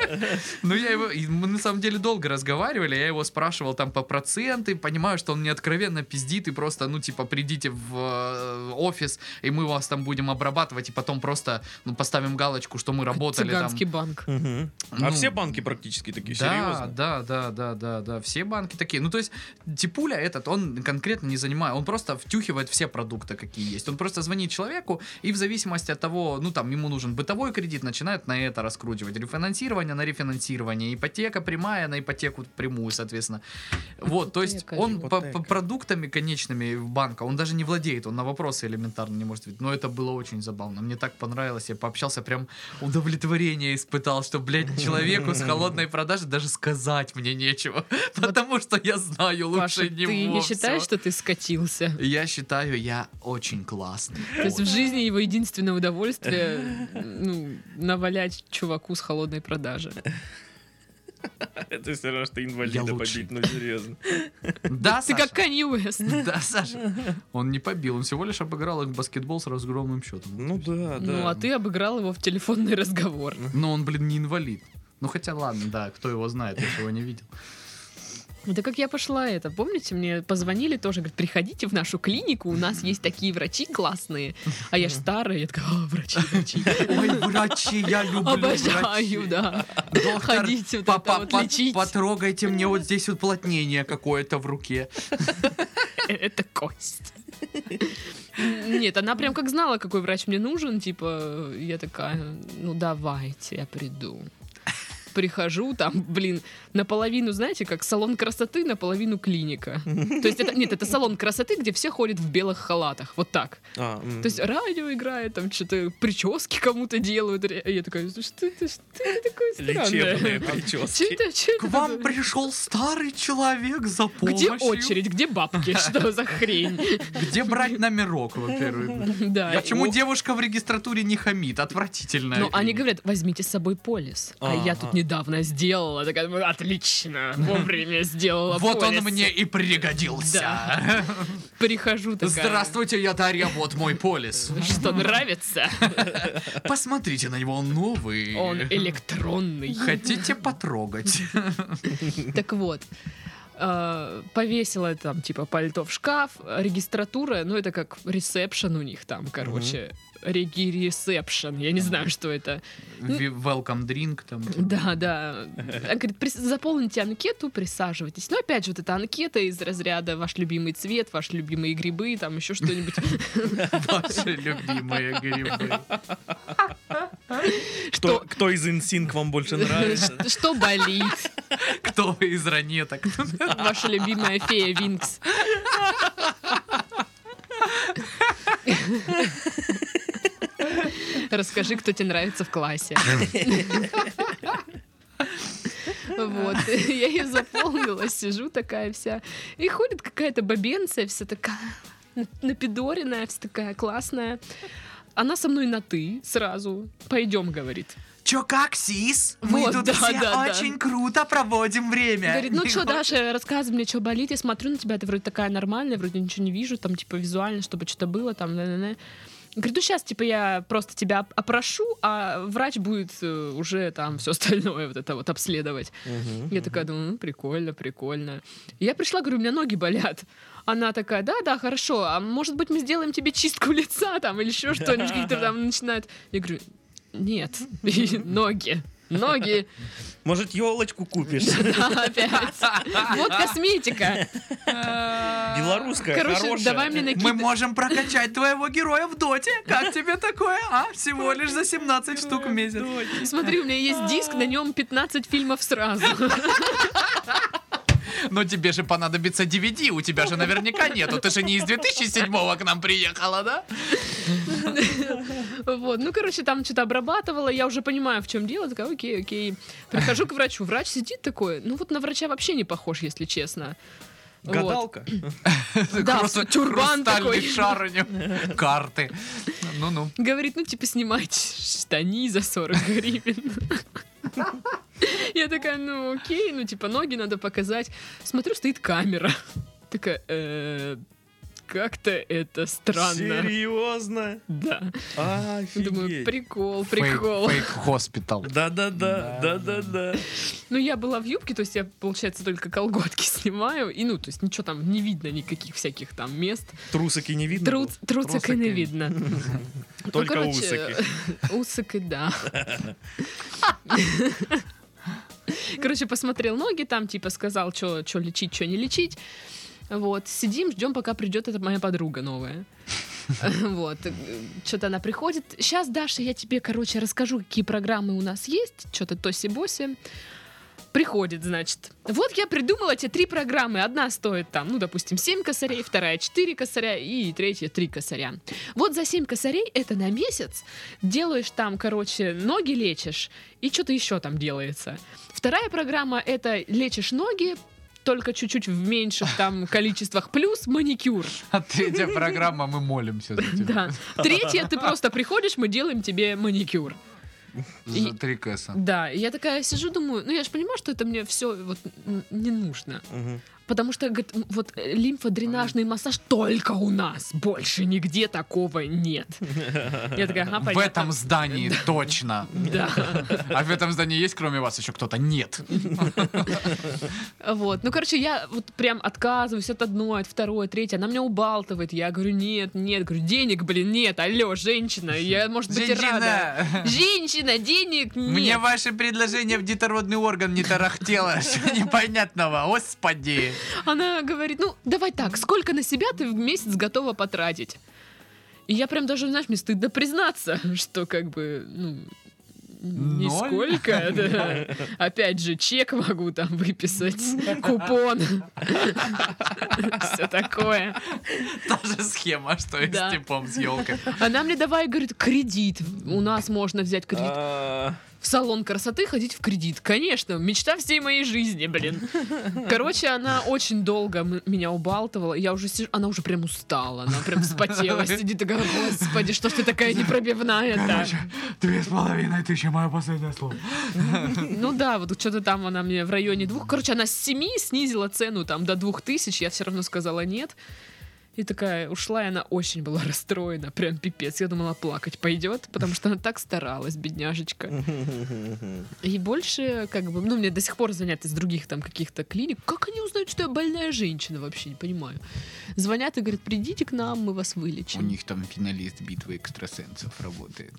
Speaker 2: Ну, я его, и мы на самом деле долго разговаривали, я его спрашивал там по проценты, понимаю, что он мне откровенно пиздит и просто, ну, типа, придите в э, офис, и мы вас там будем обрабатывать, и потом просто, ну, поставим галочку, что мы работали там.
Speaker 3: Цыганский банк.
Speaker 1: Мгм.
Speaker 2: Ну,
Speaker 1: А все банки практически такие,
Speaker 2: Да,
Speaker 1: серьезно?
Speaker 2: да, да, да, да, да. Все банки такие. Ну, то есть, Типуля этот, он конкретно не занимает. Он просто втюхивает все продукты, какие есть. Он просто звонит человеку, и в зависимости от того, ну, там, ему нужен бытовой кредит, начинает на это раскручивать. Рефинансирование на рефинансирование. Ипотека прямая на ипотеку прямую, соответственно. Вот, то есть,
Speaker 3: Ипотека,
Speaker 2: он по, по
Speaker 1: ипотека.
Speaker 2: продуктами конечными в банка, он даже не владеет, он на вопросы элементарно не может ответить. Но это было очень забавно. Мне так понравилось. Я пообщался прям удовлетворение испытал, что, блядь, человеку с холодной продажи даже сказать мне нечего, потому что я знаю лучше
Speaker 3: Паша,
Speaker 2: него.
Speaker 3: ты не считаешь,
Speaker 2: всё.
Speaker 3: что ты скатился?
Speaker 2: Я считаю, я очень классный.
Speaker 3: То есть в
Speaker 2: Вот.
Speaker 3: жизни его единственное удовольствие ну, навалять чуваку с холодной продажи.
Speaker 1: Это все равно, что инвалида
Speaker 2: лучший.
Speaker 1: побить, ну серьезно.
Speaker 2: Да,
Speaker 3: Ты
Speaker 2: Саша.
Speaker 3: как Канье Уэст.
Speaker 2: Да, Саша. Он не побил, он всего лишь обыграл их в баскетбол с разгромным счетом.
Speaker 1: Ну да, да.
Speaker 3: Ну, а ты обыграл его в телефонный разговор.
Speaker 2: Но он, блин, не инвалид. Ну хотя ладно, да, кто его знает, я же его не видел.
Speaker 3: Да Ну, как я пошла это, помните, мне позвонили тоже, говорят, приходите в нашу клинику, у нас есть такие врачи классные. А я ж старая, я такая, «А, врачи, врачи.
Speaker 2: Ой, врачи, я люблю
Speaker 3: Обожаю, да.
Speaker 2: Доктор,
Speaker 3: Ходите вот
Speaker 2: по-
Speaker 3: это
Speaker 2: по-
Speaker 3: вот
Speaker 2: по-
Speaker 3: лечить.
Speaker 2: потрогайте мне вот здесь уплотнение какое-то в руке.
Speaker 3: Это кость. Нет, она прям как знала, какой врач мне нужен. Типа, я такая, ну давайте, я приду. Прихожу, там, блин, наполовину, знаете, как салон красоты, наполовину клиника. То есть это, нет, это салон красоты, где все ходят в белых халатах, вот так.
Speaker 1: А, м.
Speaker 3: То есть радио играет, там что-то прически кому-то делают. Ре- Я такая, «Ну что это, что это такое
Speaker 1: Лечебные
Speaker 3: странное? Чё
Speaker 1: прически.
Speaker 3: это, чё это
Speaker 2: К вам
Speaker 3: такое?
Speaker 2: пришел старый человек за
Speaker 3: Где
Speaker 2: помощью.
Speaker 3: очередь, где бабки? Что за хрень?
Speaker 2: Где брать номерок, во-первых?
Speaker 3: Да.
Speaker 2: Почему
Speaker 3: и-
Speaker 2: девушка в регистратуре не хамит? Отвратительно.
Speaker 3: Ну, они говорят, возьмите с собой полис. А, я тут
Speaker 1: Ага.
Speaker 3: недавно сделала. Такая, «Ну, отлично, вовремя сделала
Speaker 2: Вот он
Speaker 3: полис».
Speaker 2: мне и пригодился.
Speaker 3: Прихожу такая.
Speaker 2: Здравствуйте, я Дарья, вот мой полис.
Speaker 3: Что, нравится?
Speaker 2: Посмотрите на него, он новый.
Speaker 3: Он электронный.
Speaker 2: Хотите потрогать?
Speaker 3: Так вот. э, Повесила там, типа, пальто в шкаф, регистратура, ну, это как ресепшн у них там, короче. Реги-ресепшн, я не знаю, что это.
Speaker 2: Ви- Welcome drink там. типа,
Speaker 3: Да, да. Она говорит, «Прис- заполните анкету, присаживайтесь. Ну, опять же, вот эта анкета из разряда ваш любимый цвет, ваши любимые грибы, там еще что-нибудь.
Speaker 2: Ваши любимые грибы.
Speaker 1: Кто, кто из инсинк вам больше нравится?
Speaker 3: Что- Что болит?
Speaker 2: Кто из ранеток?
Speaker 3: Ваша любимая фея Винкс. Расскажи, кто тебе нравится в классе. Вот, я ее заполнила, сижу такая вся. И ходит какая-то бабенция, вся такая на- напидоренная, вся такая классная. Она со мной на «ты» сразу. Пойдем, говорит.
Speaker 2: Чё, как, сис?
Speaker 3: Мы Вот, тут да, все да, да. очень
Speaker 2: круто проводим время.
Speaker 3: Говорит, ну что, Даша, рассказывай мне, что болит. Я смотрю на тебя, ты вроде такая нормальная, вроде ничего не вижу, там, типа, визуально, чтобы что-то было, там, на Говорит, ну сейчас, типа, я просто тебя оп- опрошу, а врач будет э, уже там все остальное вот это вот обследовать.
Speaker 1: Мгм,
Speaker 3: Я
Speaker 1: мгм.
Speaker 3: такая думаю, ну, прикольно, прикольно. И я пришла, говорю, у меня ноги болят. Она такая, да, да, хорошо, а может быть мы сделаем тебе чистку лица там или еще что-нибудь, какие-то там начинают. Я говорю, нет, И ноги. Ноги,
Speaker 1: Может, елочку купишь?
Speaker 3: да, опять. Вот косметика.
Speaker 1: Белорусская,
Speaker 3: Э, Короче,
Speaker 1: хорошая.
Speaker 3: давай мне
Speaker 2: Мы
Speaker 3: накидывай.
Speaker 2: можем прокачать твоего героя в доте. Как тебе такое, а? Всего лишь за 17 штук в месяц.
Speaker 3: Смотри, у меня есть диск, на нем 15 фильмов сразу.
Speaker 2: Но тебе же понадобится DVD, у тебя же наверняка нету. Ты же не из 2007 к нам приехала, да?
Speaker 3: Вот, ну, короче, там что-то обрабатывала, я уже понимаю, в чем дело, такая, окей, окей. Прихожу к врачу, врач сидит такой, ну вот на врача вообще не похож, если честно. Вот.
Speaker 1: Гадалка.
Speaker 3: Да,
Speaker 2: хрустальный
Speaker 3: тюрбан такой.
Speaker 2: шар у него. Карты. Ну-ну.
Speaker 3: Говорит, ну, типа, снимать штани за 40 гривен. Я такая, ну, окей, ну, типа, ноги надо показать. Смотрю, стоит камера. Такая, «Э, как-то это странно.
Speaker 1: Серьезно?
Speaker 3: Да. Думаю,
Speaker 1: Офигеть.
Speaker 3: прикол,
Speaker 2: Фейк-
Speaker 3: прикол.
Speaker 2: Фейк хоспитал.
Speaker 1: Да-да-да, да-да-да.
Speaker 3: Ну, я была в юбке, то есть я, получается, только колготки снимаю. И, ну, то есть ничего там не видно, никаких всяких там мест.
Speaker 1: Трусики не видно
Speaker 3: Тру-
Speaker 1: было?
Speaker 3: Труцик и
Speaker 2: трусики.
Speaker 3: не видно. Ну,
Speaker 1: Только
Speaker 3: короче,
Speaker 1: усики.
Speaker 3: Усыки, да. Короче, посмотрел ноги там, типа сказал, что лечить, что не лечить. Вот, сидим, ждем, пока придет эта моя подруга новая. Вот, что-то она приходит. Сейчас, Даша, я тебе, короче, расскажу, какие программы у нас есть. Что-то тоси-боси. Приходит, значит. Вот я придумала тебе три программы. Одна стоит там, ну, допустим, 7 косарей, вторая 4 косаря и третья 3 косаря. Вот за 7 косарей это на месяц. Делаешь там, короче, ноги лечишь и что-то еще там делается. Вторая программа это лечишь ноги, только чуть-чуть в меньших там количествах, плюс маникюр.
Speaker 2: А третья программа, мы молимся за тебя.
Speaker 3: Да. Третья, ты просто приходишь, мы делаем тебе маникюр.
Speaker 2: За три кэса.
Speaker 3: Да, и я такая сижу, думаю, ну я же понимаю, что это мне все вот м, не нужно.
Speaker 1: Мгм.
Speaker 3: Потому что, говорит, м, вот э, лимфодренажный массаж только у нас, больше нигде такого нет. Я такая, ага,
Speaker 2: В
Speaker 3: понятно.
Speaker 2: этом здании точно.
Speaker 3: Да.
Speaker 2: А в этом здании есть кроме вас еще кто-то? Нет.
Speaker 3: Вот. Ну, короче, я вот прям отказываюсь от одной, от второй, от третьей. Она меня убалтывает. Я говорю, нет, нет. Говорю, денег, блин, нет. Алло, женщина. Я, может быть, и рада.
Speaker 2: Женщина,
Speaker 3: Женщина, денег нет.
Speaker 2: Мне ваше предложение в детородный орган не тарахтело. Что непонятного? Господи.
Speaker 3: Она говорит, ну, давай так, сколько на себя ты в месяц готова потратить? И я прям даже, знаешь, мне стыдно признаться, что как бы, ну,
Speaker 2: Ноль?
Speaker 3: нисколько. да. Опять же, чек могу там выписать, купон. Все такое.
Speaker 2: Та же схема, что и
Speaker 3: Да.
Speaker 2: с типом с елкой.
Speaker 3: Она мне давай, говорит, кредит. У нас можно взять кредит.
Speaker 1: А,
Speaker 3: В салон красоты ходить в кредит. Конечно, мечта всей моей жизни, блин. Короче, она очень долго м- меня убалтывала. Я уже сижу, она уже прям устала. Она прям вспотела. Сидит такая, господи, что ж ты такая непробивная-то?
Speaker 2: Две с половиной тысячи, мое последнее слово.
Speaker 3: Ну да, вот что-то там она мне в районе двух. Короче, она с семи снизила цену там до двух тысяч. Я все равно сказала нет. И такая ушла, и она очень была расстроена. Прям пипец. Я думала, плакать пойдет, потому что она так старалась, бедняжечка. И больше, как бы, ну, мне до сих пор звонят из других там каких-то клиник. Как они узнают, что я больная женщина, вообще не понимаю. Звонят и говорят, придите к нам, мы вас
Speaker 2: У
Speaker 3: вылечим.
Speaker 2: них там финалист битвы экстрасенсов работает.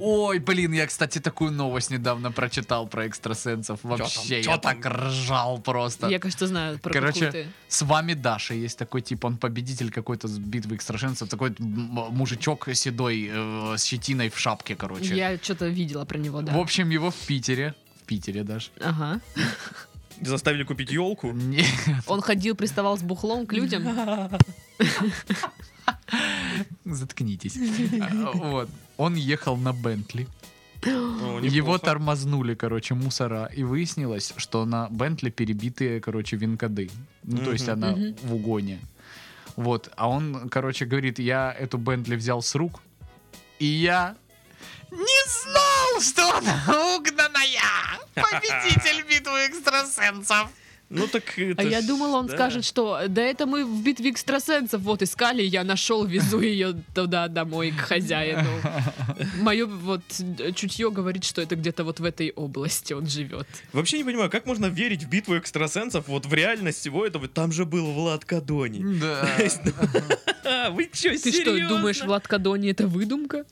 Speaker 2: Ой, блин, я, кстати, такую новость недавно прочитал про экстрасенсов. Вообще,
Speaker 1: чё
Speaker 2: я
Speaker 1: там?
Speaker 2: так ржал просто.
Speaker 3: Я, кажется, знаю про
Speaker 2: Короче,
Speaker 3: какую ты.
Speaker 2: С вами Даша есть такой тип, он победитель какой-то с битвы экстрасенсов, такой м- мужичок седой э, с щетиной в шапке, короче.
Speaker 3: Я что-то видела про него, да.
Speaker 2: В общем, его в Питере, в Питере даже.
Speaker 3: Ага.
Speaker 1: Заставили купить елку.
Speaker 2: Не-
Speaker 3: Он ходил, приставал с бухлом к людям.
Speaker 2: Заткнитесь. А, Вот. Он ехал на Бентли. Его
Speaker 1: там
Speaker 2: тормознули, короче, мусора. И выяснилось, что на Бентли перебитые, короче, винкоды. Ну, то есть
Speaker 1: Мгм.
Speaker 2: она
Speaker 3: Мгм.
Speaker 2: в угоне. Вот. А он, короче, говорит, я эту Бентли взял с рук, и я не знал, что она угнанная! Победитель битвы экстрасенсов!
Speaker 1: Ну так это
Speaker 3: А я
Speaker 1: ж,
Speaker 3: думала, он
Speaker 1: да.
Speaker 3: скажет, что да это мы в битве экстрасенсов вот искали, я нашел, везу ее туда домой к хозяину. Мое вот чутье говорит, что это где-то вот в этой области он живет.
Speaker 1: Вообще не понимаю, как можно верить в битву экстрасенсов, вот в реальность всего этого, там же был Влад Кадони.
Speaker 2: Да.
Speaker 1: А, Вы чё,
Speaker 3: Ты что, думаешь, Влад Кадони это выдумка?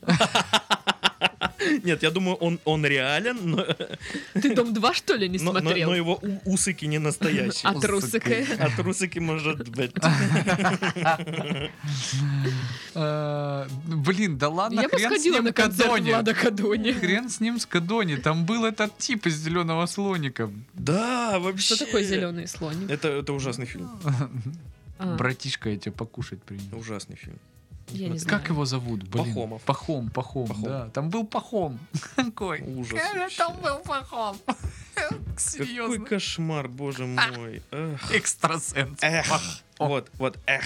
Speaker 1: Нет, я думаю, он, он реален, но,
Speaker 3: Ты дом 2, что ли, не
Speaker 1: но- но-
Speaker 3: смотрел?
Speaker 1: но его у- усики не настоящие.
Speaker 3: От Русака.
Speaker 1: А трусики, может быть.
Speaker 2: Э, Блин, да ладно,
Speaker 3: Я бы
Speaker 2: хрен с
Speaker 3: сходила
Speaker 2: ним
Speaker 3: на концерт
Speaker 2: Кадони.
Speaker 3: Влада Кадони.
Speaker 2: Хрен с ним с Кадони. Там был этот тип из зеленого слоника.
Speaker 1: Да, вообще.
Speaker 3: Что такое зеленый слоник?
Speaker 1: Это, это ужасный фильм.
Speaker 3: А,
Speaker 2: Братишка, я тебя покушать принес.
Speaker 1: Ужасный фильм.
Speaker 3: Я не знаю.
Speaker 2: Как его зовут, блин?
Speaker 1: Пахомов.
Speaker 2: Пахом, Пахом,
Speaker 1: Пахом.
Speaker 2: да. Там был Пахом. Какой? Э,
Speaker 1: Ужас вообще.
Speaker 2: Там был Пахом.
Speaker 1: Какой
Speaker 2: Серьезно.
Speaker 1: кошмар, боже мой. Эх.
Speaker 2: Экстрасенс.
Speaker 1: Эх. Вот, вот, эх.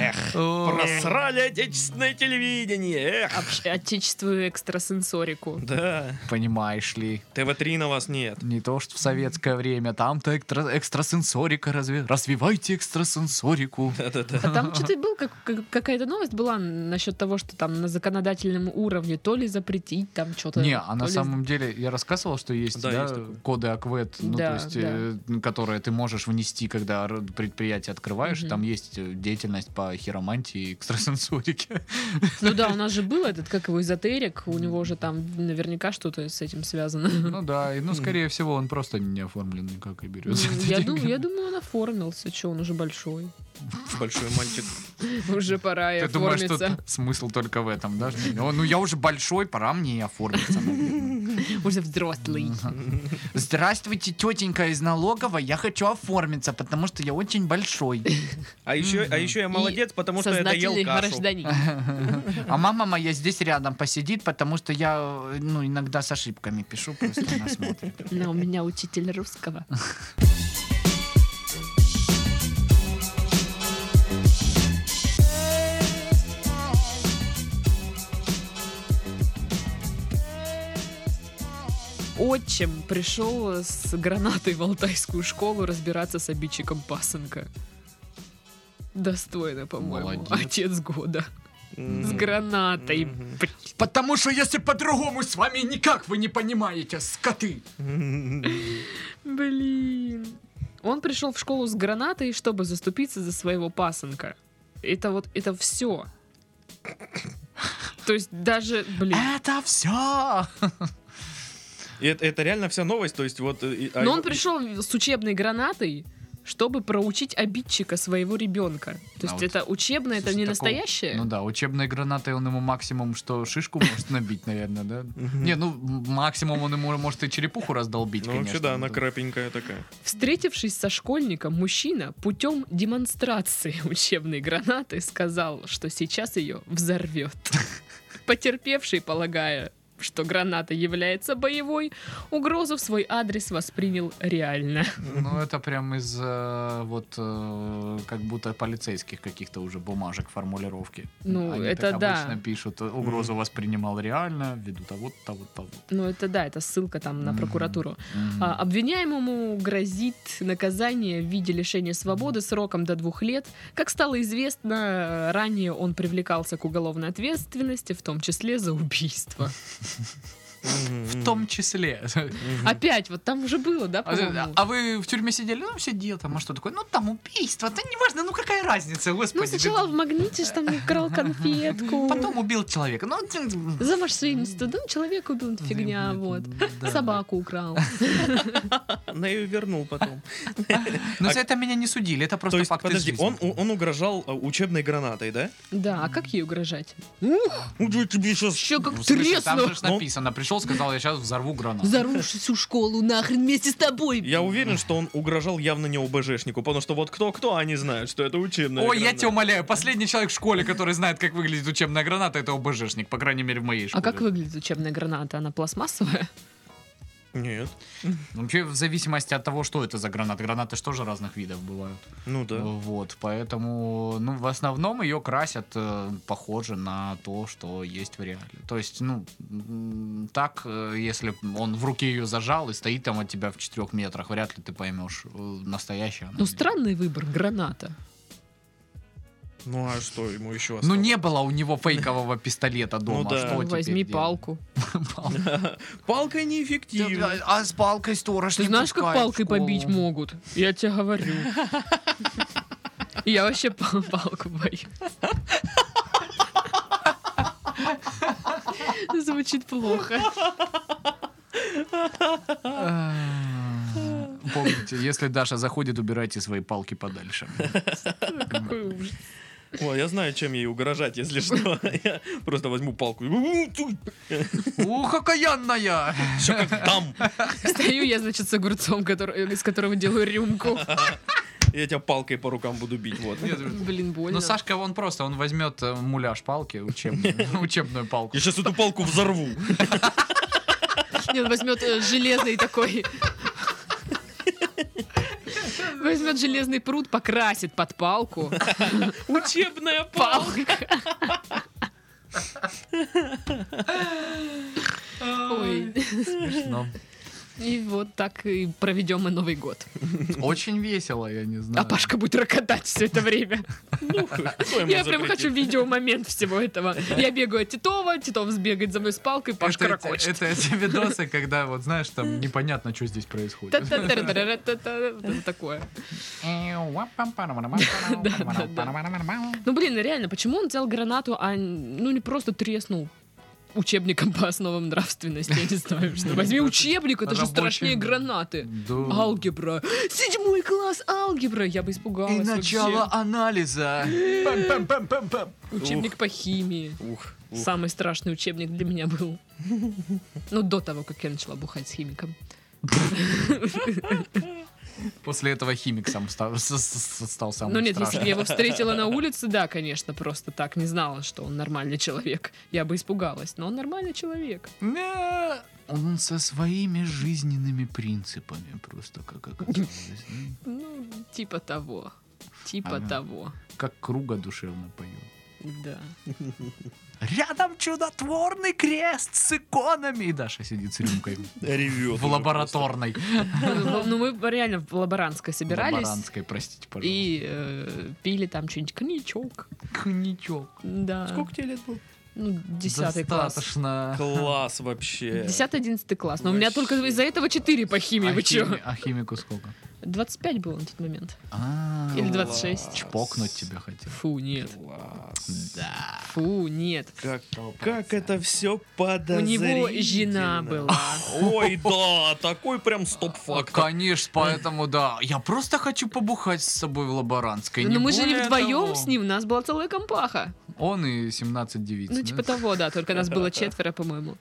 Speaker 1: Эх. Просрали отечественное телевидение. Эх.
Speaker 3: Об- Отечествую экстрасенсорику.
Speaker 1: Да.
Speaker 2: Понимаешь ли,
Speaker 1: ТВ-3 на вас нет.
Speaker 2: не то, что в советское время, там-то экстра- экстрасенсорика разве... Развивайте экстрасенсорику.
Speaker 3: А там что-то был, как, как- какая-то новость была насчет того, что там на законодательном уровне то ли запретить там что-то.
Speaker 2: Не, а на
Speaker 3: то ли-
Speaker 2: самом деле, я рассказывал, что есть,
Speaker 1: Да,
Speaker 2: да,
Speaker 1: есть такое.
Speaker 2: коды АКВЭД, ну,
Speaker 3: Да,
Speaker 2: то есть, э, которые ты можешь внести, когда р- предприятие открываешь,
Speaker 3: Мгм.
Speaker 2: там есть э, деятельность по хиромантии и экстрасенсорике.
Speaker 3: Ну да, у нас же был этот, как его, эзотерик, у него же там наверняка что-то с этим связано.
Speaker 2: Ну да, и, ну, скорее всего, он просто не оформлен никак и берет.
Speaker 3: Ну, Хм. Я, дум- я думаю, он оформился, что он уже большой.
Speaker 1: Большой мальчик.
Speaker 3: Уже пора и
Speaker 2: Ты думаешь, что
Speaker 3: оформиться.
Speaker 2: т- смысл только в этом, да? что, «О, Ну, я уже большой, пора мне и оформиться. наверное».
Speaker 3: Уже взрослый.
Speaker 2: Здравствуйте, тетенька из налоговой, я хочу оформиться, потому что я очень большой.
Speaker 1: А еще, а еще я молодец, потому что я доел
Speaker 3: Сознательный
Speaker 1: кашу.
Speaker 3: гражданин.
Speaker 2: А мама моя здесь рядом посидит, потому что я, э, ну, иногда с ошибками пишу, просто она смотрит.
Speaker 3: Но Ну, у меня учитель русского. Отчим пришел с гранатой в Алтайскую школу разбираться с обидчиком пасынка. Достойно, по-моему.
Speaker 2: Молодец.
Speaker 3: Отец года. С
Speaker 1: М.
Speaker 3: гранатой.
Speaker 1: Мгм.
Speaker 2: Потому что если по-другому с вами никак вы не понимаете, скоты.
Speaker 3: Блин. Он пришел в школу с гранатой, чтобы заступиться за своего пасынка. Это вот, это все. То есть даже, блин.
Speaker 2: Это все.
Speaker 1: И это, это реально вся новость, то есть вот... э, и- а
Speaker 3: Но он
Speaker 1: его-
Speaker 3: пришел с учебной гранатой, чтобы проучить обидчика своего ребенка. То
Speaker 2: А
Speaker 3: есть
Speaker 2: вот
Speaker 3: это учебное, это не настоящее.
Speaker 2: Ну да, учебной гранатой он ему максимум, что шишку может набить, наверное, да?
Speaker 1: Мгм.
Speaker 2: Не, ну м- максимум он ему может и черепуху раздолбить,
Speaker 1: Ну вообще
Speaker 2: конечно.
Speaker 1: да, она крапенькая такая.
Speaker 3: Встретившись со школьником, мужчина путем демонстрации учебной гранаты сказал, что сейчас ее взорвет. Потерпевший, полагая, что граната является боевой, угрозу в свой адрес воспринял реально.
Speaker 2: Ну это прям из э, вот э, как будто полицейских каких-то уже бумажек формулировки.
Speaker 3: Ну,
Speaker 2: Они
Speaker 3: это
Speaker 2: так
Speaker 3: да.
Speaker 2: обычно пишут, угрозу воспринимал реально ввиду того, того, того.
Speaker 3: Ну это да, это ссылка там на
Speaker 2: Мгм.
Speaker 3: прокуратуру. А, обвиняемому грозит наказание в виде лишения свободы сроком до двух лет. Как стало известно, ранее он привлекался к уголовной ответственности, в том числе за убийство.
Speaker 2: В том а числе.
Speaker 3: Опять, вот там уже было, да,
Speaker 2: А
Speaker 3: по-моему?
Speaker 2: а вы в тюрьме сидели? Ну, сидел там, а что такое? Ну, там убийство. Да неважно, ну какая разница, господи.
Speaker 3: Ну, сначала в магните ж там украл конфетку.
Speaker 2: Потом убил человека. Ну,
Speaker 3: За мошенничество. Ну, человек убил, ну, фигня, вот.
Speaker 2: да.
Speaker 3: Собаку украл.
Speaker 1: Она ее вернул потом.
Speaker 2: Но за это меня не судили, это
Speaker 1: А То
Speaker 2: просто
Speaker 1: есть,
Speaker 2: факт из
Speaker 1: подожди,
Speaker 2: жизни.
Speaker 1: он, он угрожал э, учебной гранатой, да?
Speaker 3: Да, а как ей угрожать? Ух,
Speaker 1: Ну, я тебе сейчас...
Speaker 3: еще как
Speaker 2: Ну, в смысле, Там же
Speaker 3: тресну!
Speaker 2: ж написано, пришел, сказал, я сейчас взорву гранату.
Speaker 3: Зарушу всю школу нахрен вместе с тобой.
Speaker 1: Я уверен, что он угрожал явно не ОБЖшнику, потому что вот кто-кто, они знают, что это учебная
Speaker 2: Ой, я
Speaker 1: граната.
Speaker 2: тебя умоляю, последний человек в школе, который знает, как выглядит учебная граната, это ОБЖшник, по крайней мере, в моей школе.
Speaker 3: А как выглядит учебная граната? Она пластмассовая?
Speaker 1: Нет.
Speaker 2: Вообще, в зависимости от того, что это за гранат. Гранаты же тоже разных видов бывают.
Speaker 1: Ну да.
Speaker 2: Э, Вот, поэтому, ну, в основном ее красят э, похоже на то, что есть в реале. То есть, ну, м, так, э, если он в руке ее зажал и стоит там от тебя в четырех метрах, вряд ли ты поймешь, э, настоящая она.
Speaker 3: Ну,
Speaker 2: или-
Speaker 3: странный выбор, граната.
Speaker 1: Ну а что ему еще
Speaker 2: Ну,
Speaker 1: осталось?
Speaker 2: не было у него фейкового пистолета дома.
Speaker 1: да.
Speaker 2: что
Speaker 1: Ну,
Speaker 2: теперь
Speaker 3: Возьми
Speaker 2: делать?
Speaker 3: палку.
Speaker 2: Палку.
Speaker 1: Палка неэффективна.
Speaker 2: А с палкой сторож
Speaker 3: Ты
Speaker 2: не
Speaker 3: знаешь, как
Speaker 2: пускает в
Speaker 3: палкой
Speaker 2: школу.
Speaker 3: побить могут? Я тебе говорю. Я вообще пал- палку боюсь. Звучит плохо.
Speaker 2: А, Помните, если Даша заходит, убирайте свои палки подальше.
Speaker 3: Какой ужас.
Speaker 1: Ой, я знаю, чем ей угрожать, если что. Я просто возьму палку. и «У, ту,
Speaker 2: Ух, окаянная!
Speaker 1: Всё как там.
Speaker 3: Стою я, значит, с огурцом, который- из которого делаю рюмку.
Speaker 1: Я тебя палкой по рукам буду бить. Вот.
Speaker 2: Нет,
Speaker 3: Блин, больно.
Speaker 2: Ну, Сашка, он просто, он возьмет э, муляж палки, учебную, учебную палку.
Speaker 1: Я сейчас эту палку взорву.
Speaker 3: Не, он возьмет э, железный такой. Возьмет железный пруд, покрасит под палку.
Speaker 1: Учебная
Speaker 3: Палка. Ой.
Speaker 2: Но
Speaker 3: И вот так и проведем мы Новый год.
Speaker 2: Очень весело, я не
Speaker 3: А
Speaker 2: знаю.
Speaker 3: Пашка будет рокотать все это время. Я прям хочу видеомомент всего этого. Я бегаю от Титова, Титов сбегает за мной с палкой, Пашка
Speaker 2: это, эти-
Speaker 3: рокочет.
Speaker 2: это эти видосы, когда, вот знаешь, там непонятно, что здесь происходит.
Speaker 3: Та-та-та-та-та-та-та. Вот это такое. Ну, блин, реально, почему он взял гранату, а ну не просто треснул учебником по основам нравственности, я не знаю, что. Возьми учебник, это же
Speaker 2: Рабочий.
Speaker 3: страшнее гранаты.
Speaker 2: Да.
Speaker 3: Алгебра. Седьмой класс алгебра. Я бы испугалась
Speaker 2: И начало
Speaker 3: вообще.
Speaker 2: анализа. Пам-пам-пам-пам-пам.
Speaker 3: Учебник по химии.
Speaker 1: Ух, ух.
Speaker 3: Самый страшный учебник для меня был. Ну, до того, как я начала бухать с химиком.
Speaker 2: После этого химик сам стал, с- с- стал самым
Speaker 3: Ну нет, если
Speaker 2: страшным.
Speaker 3: бы я его встретила на улице, да, конечно, просто так не знала, что он нормальный человек. Я бы испугалась, но он нормальный человек.
Speaker 2: Ня. Он со своими жизненными принципами просто как оказалось. ну,
Speaker 3: Ну, типа того. Типа
Speaker 2: Ага.
Speaker 3: того.
Speaker 2: Как круга душевно поет.
Speaker 3: Да.
Speaker 2: Рядом чудотворный крест с иконами. И Даша сидит с рюмкой
Speaker 1: Ревет.
Speaker 2: в лабораторной.
Speaker 3: Ну, ну, мы реально в лаборантской собирались.
Speaker 2: Лаборантской, простите, пожалуйста.
Speaker 3: И э, пили там что-нибудь коньячок.
Speaker 2: Коньячок.
Speaker 3: Да.
Speaker 1: Сколько тебе лет было?
Speaker 3: Ну, десятый класс.
Speaker 2: Достаточно.
Speaker 1: Класс вообще.
Speaker 3: Десятый, одиннадцатый класс. Но у меня
Speaker 1: Вообще.
Speaker 3: только из-за этого четыре по химии. Вы
Speaker 2: а,
Speaker 3: чё?
Speaker 2: хими- а химику сколько?
Speaker 3: 25 было на тот момент.
Speaker 2: А,
Speaker 3: Или
Speaker 2: класс.
Speaker 3: 26.
Speaker 2: Чпокнуть тебя хотел.
Speaker 3: Фу, нет.
Speaker 1: Класс.
Speaker 2: Да.
Speaker 3: Фу, нет.
Speaker 1: Как, как это все подозрительно.
Speaker 3: У него жена была.
Speaker 1: Ой, да, такой прям стоп-факт.
Speaker 2: Конечно, поэтому да. Я просто хочу побухать с собой в лаборантской.
Speaker 3: Ну мы же не
Speaker 2: более того.
Speaker 3: вдвоем с ним, у нас была целая компаха.
Speaker 2: Он и 17 девиц.
Speaker 3: Ну
Speaker 2: да?
Speaker 3: типа того, да, только нас было четверо, по-моему.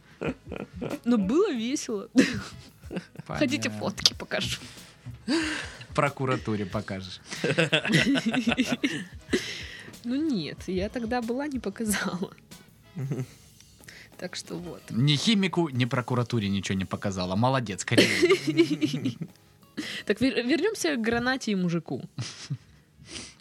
Speaker 3: Но было весело. Хотите
Speaker 2: Понятно.
Speaker 3: фотки покажу.
Speaker 2: Прокуратуре покажешь.
Speaker 3: Ну нет, я тогда была, не показала. Так что вот.
Speaker 2: Ни химику, ни прокуратуре ничего не показала. Молодец, скорее.
Speaker 3: Так вер- вернемся к гранате и мужику.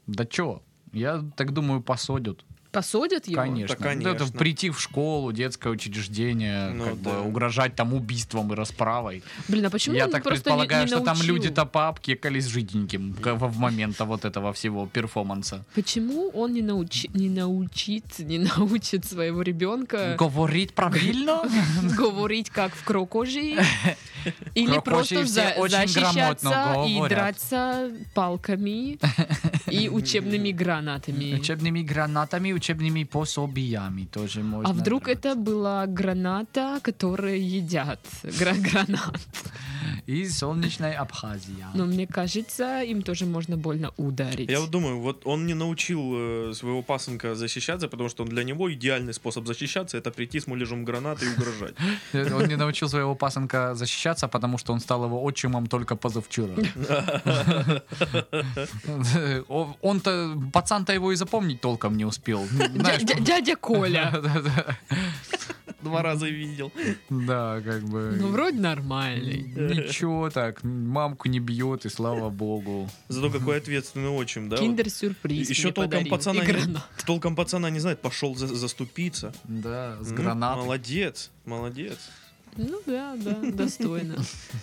Speaker 2: Да чё? Я так думаю, посадят.
Speaker 3: Посадят его?
Speaker 2: Конечно.
Speaker 1: Да, конечно.
Speaker 2: Ну, Это прийти в школу, детское учреждение,
Speaker 1: Ну
Speaker 2: как
Speaker 1: да.
Speaker 2: бы угрожать там убийством и расправой.
Speaker 3: Блин, а почему
Speaker 2: Я
Speaker 3: он
Speaker 2: так
Speaker 3: просто не-
Speaker 2: предполагаю,
Speaker 3: не
Speaker 2: что там
Speaker 3: научил?
Speaker 2: люди-то пообкекались жиденьким к- в момента вот этого всего перформанса.
Speaker 3: Почему он не, научи- не научит, не научит своего ребенка
Speaker 2: Говорить правильно?
Speaker 3: говорить как в крокожии или
Speaker 2: Крокожии
Speaker 3: просто
Speaker 2: все
Speaker 3: за-
Speaker 2: очень
Speaker 3: защищаться
Speaker 2: грамотно
Speaker 3: и
Speaker 2: говорят.
Speaker 3: драться палками и учебными гранатами.
Speaker 2: Учебными гранатами, учебными пособиями тоже можно.
Speaker 3: А вдруг
Speaker 2: драться.
Speaker 3: это была граната, которую едят? Гра- гранат.
Speaker 2: И солнечная Абхазия.
Speaker 3: Но мне кажется, им тоже можно больно ударить.
Speaker 1: Я вот думаю, вот он не научил э, своего пасынка защищаться, потому что для него идеальный способ защищаться это прийти с муляжом гранаты и угрожать.
Speaker 2: Э, Он не научил своего пасынка защищаться, потому что он стал его отчимом только позавчера. О- Он-то, пацан-то его и запомнить толком не успел.
Speaker 3: Дя-
Speaker 2: Знаешь,
Speaker 3: дя- Дядя Коля.
Speaker 2: Да-да-да.
Speaker 1: два раза видел.
Speaker 2: Да, как бы.
Speaker 3: Ну, вроде нормальный.
Speaker 2: Ничего так, мамку не бьет, и слава богу.
Speaker 1: Зато какой ответственный отчим, да? вот.
Speaker 3: Киндер-сюрприз
Speaker 1: Еще
Speaker 3: мне
Speaker 1: толком
Speaker 3: подарил.
Speaker 1: пацана,
Speaker 3: И
Speaker 1: не,
Speaker 3: гранат.
Speaker 1: толком пацана не знает, пошел за- заступиться.
Speaker 2: Да, с
Speaker 1: М,
Speaker 2: гранатой.
Speaker 1: Молодец, молодец.
Speaker 3: Ну да, да, достойно.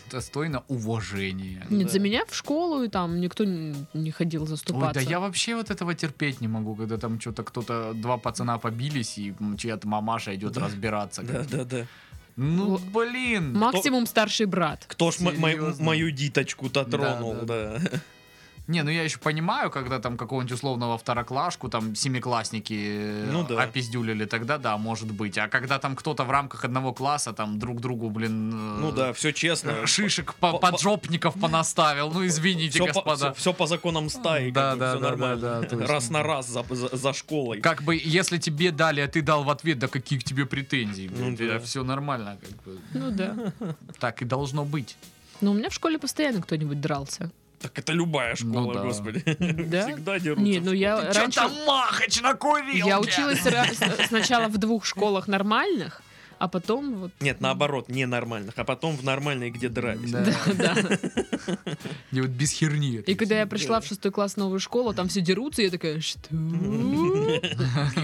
Speaker 2: Достойно уважения.
Speaker 3: Нет,
Speaker 1: Да.
Speaker 3: за меня в школу и там никто н- не ходил
Speaker 2: Ой,
Speaker 3: заступаться.
Speaker 2: да я вообще вот этого терпеть не могу, когда там что-то кто-то, два пацана побились, и м, чья-то мамаша идет
Speaker 1: Да.
Speaker 2: разбираться.
Speaker 1: Да, да, да.
Speaker 2: Ну,
Speaker 3: Вот.
Speaker 2: блин.
Speaker 3: Максимум старший брат.
Speaker 1: Кто ж мо- мо-
Speaker 2: Серьезно.
Speaker 1: мою диточку-то тронул, да.
Speaker 2: Не, ну я еще понимаю, когда там какого-нибудь условного второклашку, там семиклассники
Speaker 1: Ну
Speaker 2: ну,
Speaker 1: да.
Speaker 2: опиздюлили, тогда да, может быть. А когда там кто-то в рамках одного класса там друг другу, блин, э,
Speaker 1: Ну да, все честно.
Speaker 2: э, шишек по-
Speaker 1: По- по-
Speaker 2: поджопников понаставил, ну извините,
Speaker 1: все
Speaker 2: господа.
Speaker 1: По, все, по законам стаи,
Speaker 2: Да,
Speaker 1: как бы,
Speaker 2: да,
Speaker 1: все
Speaker 2: да,
Speaker 1: нормально.
Speaker 2: да, да, то есть-
Speaker 1: раз на раз за, за- за школой.
Speaker 2: Как бы, если тебе дали, а ты дал в ответ, да каких тебе претензий?
Speaker 1: Ну да.
Speaker 2: Все нормально, как бы.
Speaker 3: Ну да.
Speaker 2: Так и должно быть.
Speaker 3: Но у меня в школе постоянно кто-нибудь дрался.
Speaker 1: Так это любая школа,
Speaker 2: Ну да.
Speaker 1: господи.
Speaker 3: Да?
Speaker 1: Всегда дерутся.
Speaker 3: Не, ну я
Speaker 2: Чё
Speaker 3: раньше...
Speaker 2: там махач накурил?
Speaker 3: Я
Speaker 2: блядь?
Speaker 3: училась ра- с- сначала в двух школах нормальных, а потом вот...
Speaker 1: Нет, наоборот, ненормальных, а потом в нормальной, где дрались.
Speaker 2: Да.
Speaker 3: Да, да.
Speaker 2: Я вот без херни. это
Speaker 3: И когда я пришла
Speaker 1: Да.
Speaker 3: в шестой класс в новую школу, там все дерутся, и я такая, что? Ну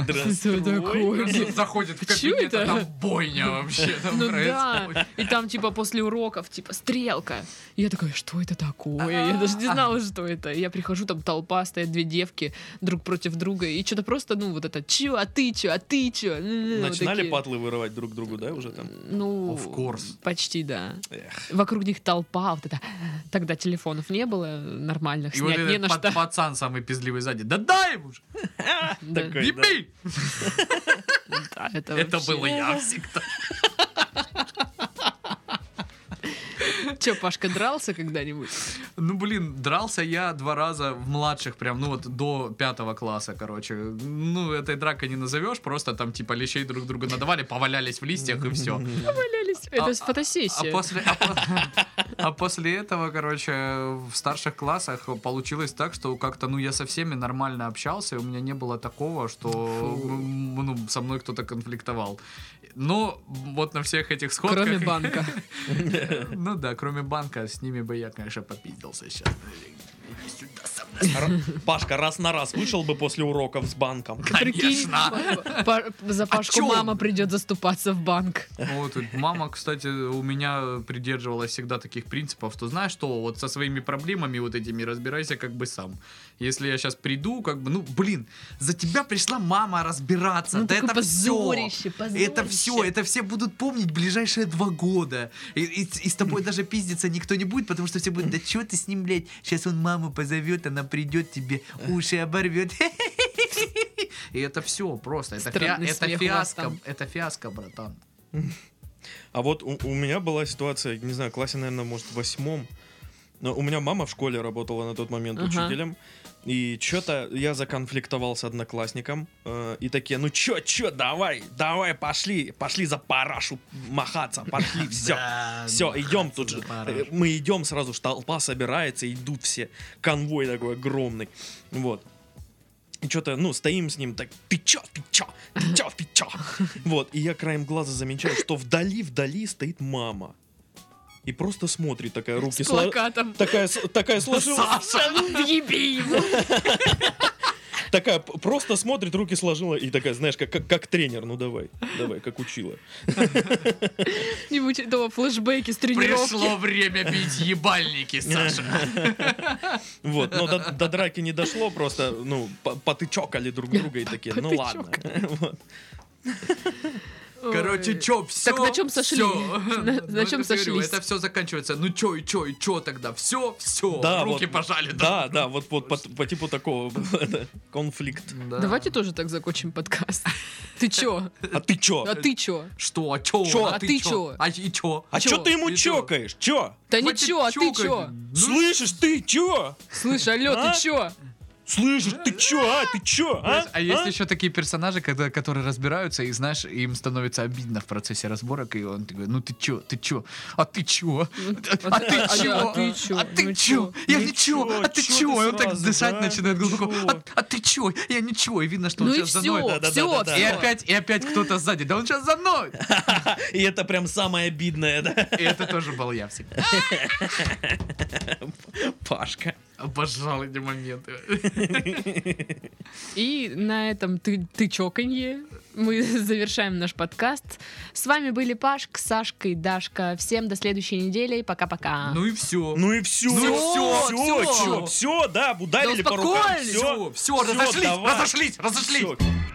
Speaker 1: Здравствуй.
Speaker 3: Что такое?
Speaker 2: Просто Заходит в
Speaker 3: Чё
Speaker 2: кабинет, а
Speaker 3: это?
Speaker 2: там бойня вообще там
Speaker 3: Ну
Speaker 2: происходит.
Speaker 3: да. И там типа после уроков, типа, стрелка. И я такая, что это такое? Я даже не знала, что это. И Я прихожу, там толпа, стоят две девки друг против друга. И что-то просто, ну, вот это, чё, а ты чё, а ты чё? М, вот
Speaker 1: Начинали
Speaker 3: такие.
Speaker 1: патлы вырывать друг другу, да, уже там?
Speaker 3: Ну,
Speaker 2: Of course.
Speaker 3: почти, да.
Speaker 1: Эх.
Speaker 3: Вокруг них толпа, вот это. Тогда телефонов не было нормальных,
Speaker 2: И вот
Speaker 3: снять не
Speaker 2: этот
Speaker 3: на
Speaker 2: пат-
Speaker 3: что.
Speaker 2: пацан самый пиздливый сзади. Да дай ему же!
Speaker 3: Да,
Speaker 1: такой.
Speaker 2: Не
Speaker 1: да.
Speaker 2: бей!
Speaker 3: да, А это
Speaker 2: Это
Speaker 3: вообще.
Speaker 2: был я всегда.
Speaker 3: Чё, Пашка, дрался когда-нибудь?
Speaker 2: Ну, блин, дрался я два раза в младших, прям, ну вот до пятого класса, короче. Ну, этой дракой не назовешь, просто там типа лещей друг друга надавали, повалялись в листьях и все.
Speaker 3: Валялись. Это
Speaker 2: А-
Speaker 3: с фотосессия.
Speaker 2: А после, а по- а после этого, короче, в старших классах получилось так, что как-то, ну, я со всеми нормально общался, и у меня не было такого, что
Speaker 3: Фу.
Speaker 2: м, ну, со мной кто-то конфликтовал. Но вот на всех этих сходках...
Speaker 3: Кроме банка.
Speaker 2: Ну да, кроме банка, с ними бы я, конечно, попиздился сейчас.
Speaker 1: Р- Пашка раз на раз вышел бы после уроков с банком.
Speaker 3: Прикинь, Па- за Пашку
Speaker 2: чё?
Speaker 3: мама придет заступаться в банк.
Speaker 2: Вот, и мама, кстати, у меня придерживалась всегда таких принципов, что знаешь что, вот со своими проблемами вот этими разбирайся как бы сам. Если я сейчас приду, как бы, ну, блин, за тебя пришла мама разбираться,
Speaker 3: Ну,
Speaker 2: да
Speaker 3: такое
Speaker 2: это все.
Speaker 3: позорище, позорище.
Speaker 2: Это все, это все будут помнить ближайшие два года. И, и- и с тобой даже пиздиться никто не будет, потому что все будут, да что ты с ним, блядь, сейчас он маму позовет, она придет тебе, уши оборвет. И это все просто, это, фиа-
Speaker 3: Странный
Speaker 2: это
Speaker 3: смех у вас
Speaker 2: фиаско,
Speaker 3: там.
Speaker 2: это фиаско, братан.
Speaker 1: А вот у, у меня была ситуация, не знаю, в классе, наверное, может, в восьмом. Но у меня мама в школе работала на тот момент
Speaker 3: Ага.
Speaker 1: учителем. И что-то я законфликтовал с одноклассником. э, и такие, ну чё, чё, давай, давай, пошли, пошли за парашу махаться, пошли, все. Все, идем тут же. Э, Мы идем сразу, ж толпа собирается, идут все. Конвой такой огромный. Вот. И что-то, ну, стоим с ним так, ты чё, ты чё, ты чё, ты чё? Вот, и я краем глаза замечаю, что вдали, вдали стоит мама. И просто смотрит такая, руки
Speaker 3: С
Speaker 1: сла-
Speaker 3: плакатом.
Speaker 1: Такая, с- такая сложила,
Speaker 3: Саша, ну въеби его.
Speaker 1: такая п- просто смотрит, руки сложила и такая, знаешь, как, как, как тренер, ну давай, давай, как учила.
Speaker 3: Нибудь этого флешбеки с тренировки.
Speaker 2: Пришло время бить ебальники, Саша.
Speaker 1: Вот, но до, до драки не дошло, просто, ну, по- потычокали друг друга и такие, ну ладно. Вот.
Speaker 3: Ой.
Speaker 2: Короче, чё, все.
Speaker 3: на чём сошли? На- на чём сошлись?
Speaker 2: Это все заканчивается. Ну чё, и чё, и чё тогда? Все, все.
Speaker 1: Да,
Speaker 2: Руки
Speaker 1: вот.
Speaker 2: пожали.
Speaker 1: Да, да, вот, вот по, по типу такого это, конфликт.
Speaker 2: Да.
Speaker 3: Давайте тоже так закончим подкаст. Ты чё?
Speaker 1: А ты чё?
Speaker 3: А ты чё?
Speaker 2: Что, а чё?
Speaker 1: Чё,
Speaker 3: а ты чё?
Speaker 2: А и чё?
Speaker 1: А чё
Speaker 3: чё?
Speaker 1: ты ему
Speaker 2: И чё?
Speaker 1: чокаешь? Чё?
Speaker 3: Да
Speaker 2: Хватит
Speaker 3: ничего, а ты
Speaker 2: чокать.
Speaker 3: чё?
Speaker 2: Ну,
Speaker 1: Слышишь, ты чё?
Speaker 3: Слышь, алло,
Speaker 1: А?
Speaker 3: ты чё?
Speaker 1: Слышишь, ты чё, а? Ты чё, а?
Speaker 2: А есть
Speaker 1: А?
Speaker 2: еще такие персонажи, когда, которые разбираются, и знаешь, им становится обидно в процессе разборок, и он такой, ну ты чё, ты чё, а ты чё, а ты
Speaker 3: а,
Speaker 2: чё,
Speaker 3: а ты чё?
Speaker 2: а
Speaker 3: Ну
Speaker 2: ты
Speaker 3: чё?
Speaker 2: чё, я
Speaker 1: Ну
Speaker 2: ничего,
Speaker 1: чё,
Speaker 2: а ты
Speaker 1: чё
Speaker 2: чё,
Speaker 1: ты
Speaker 2: и он так
Speaker 1: сразу,
Speaker 2: дышать
Speaker 1: да?
Speaker 2: начинает
Speaker 1: Ну
Speaker 2: глубоко,
Speaker 1: чё?
Speaker 2: а- а ты чё, я ничего, и видно, что
Speaker 3: Ну
Speaker 2: он
Speaker 3: и
Speaker 2: сейчас
Speaker 3: все,
Speaker 2: заноет.
Speaker 1: Да-да-да-да-да.
Speaker 3: все,
Speaker 2: И опять, и опять кто-то сзади, да он сейчас за мной!
Speaker 1: И это прям самое обидное, да,
Speaker 2: И это тоже был я всегда.
Speaker 1: Пашка.
Speaker 2: Обожал эти моменты.
Speaker 3: И на этом ты, ты чоканье. Мы завершаем наш подкаст. С вами были Пашка, Сашка и Дашка. Всем до следующей недели. Пока-пока.
Speaker 2: Ну и все.
Speaker 1: Ну и все.
Speaker 2: Ну всё,
Speaker 1: все,
Speaker 2: всё.
Speaker 1: все, да, ударили
Speaker 3: Да
Speaker 1: по рукам,
Speaker 3: успокоились.
Speaker 1: все.
Speaker 2: все, разошлись,
Speaker 1: давай.
Speaker 2: разошлись, разошлись.
Speaker 1: Всё.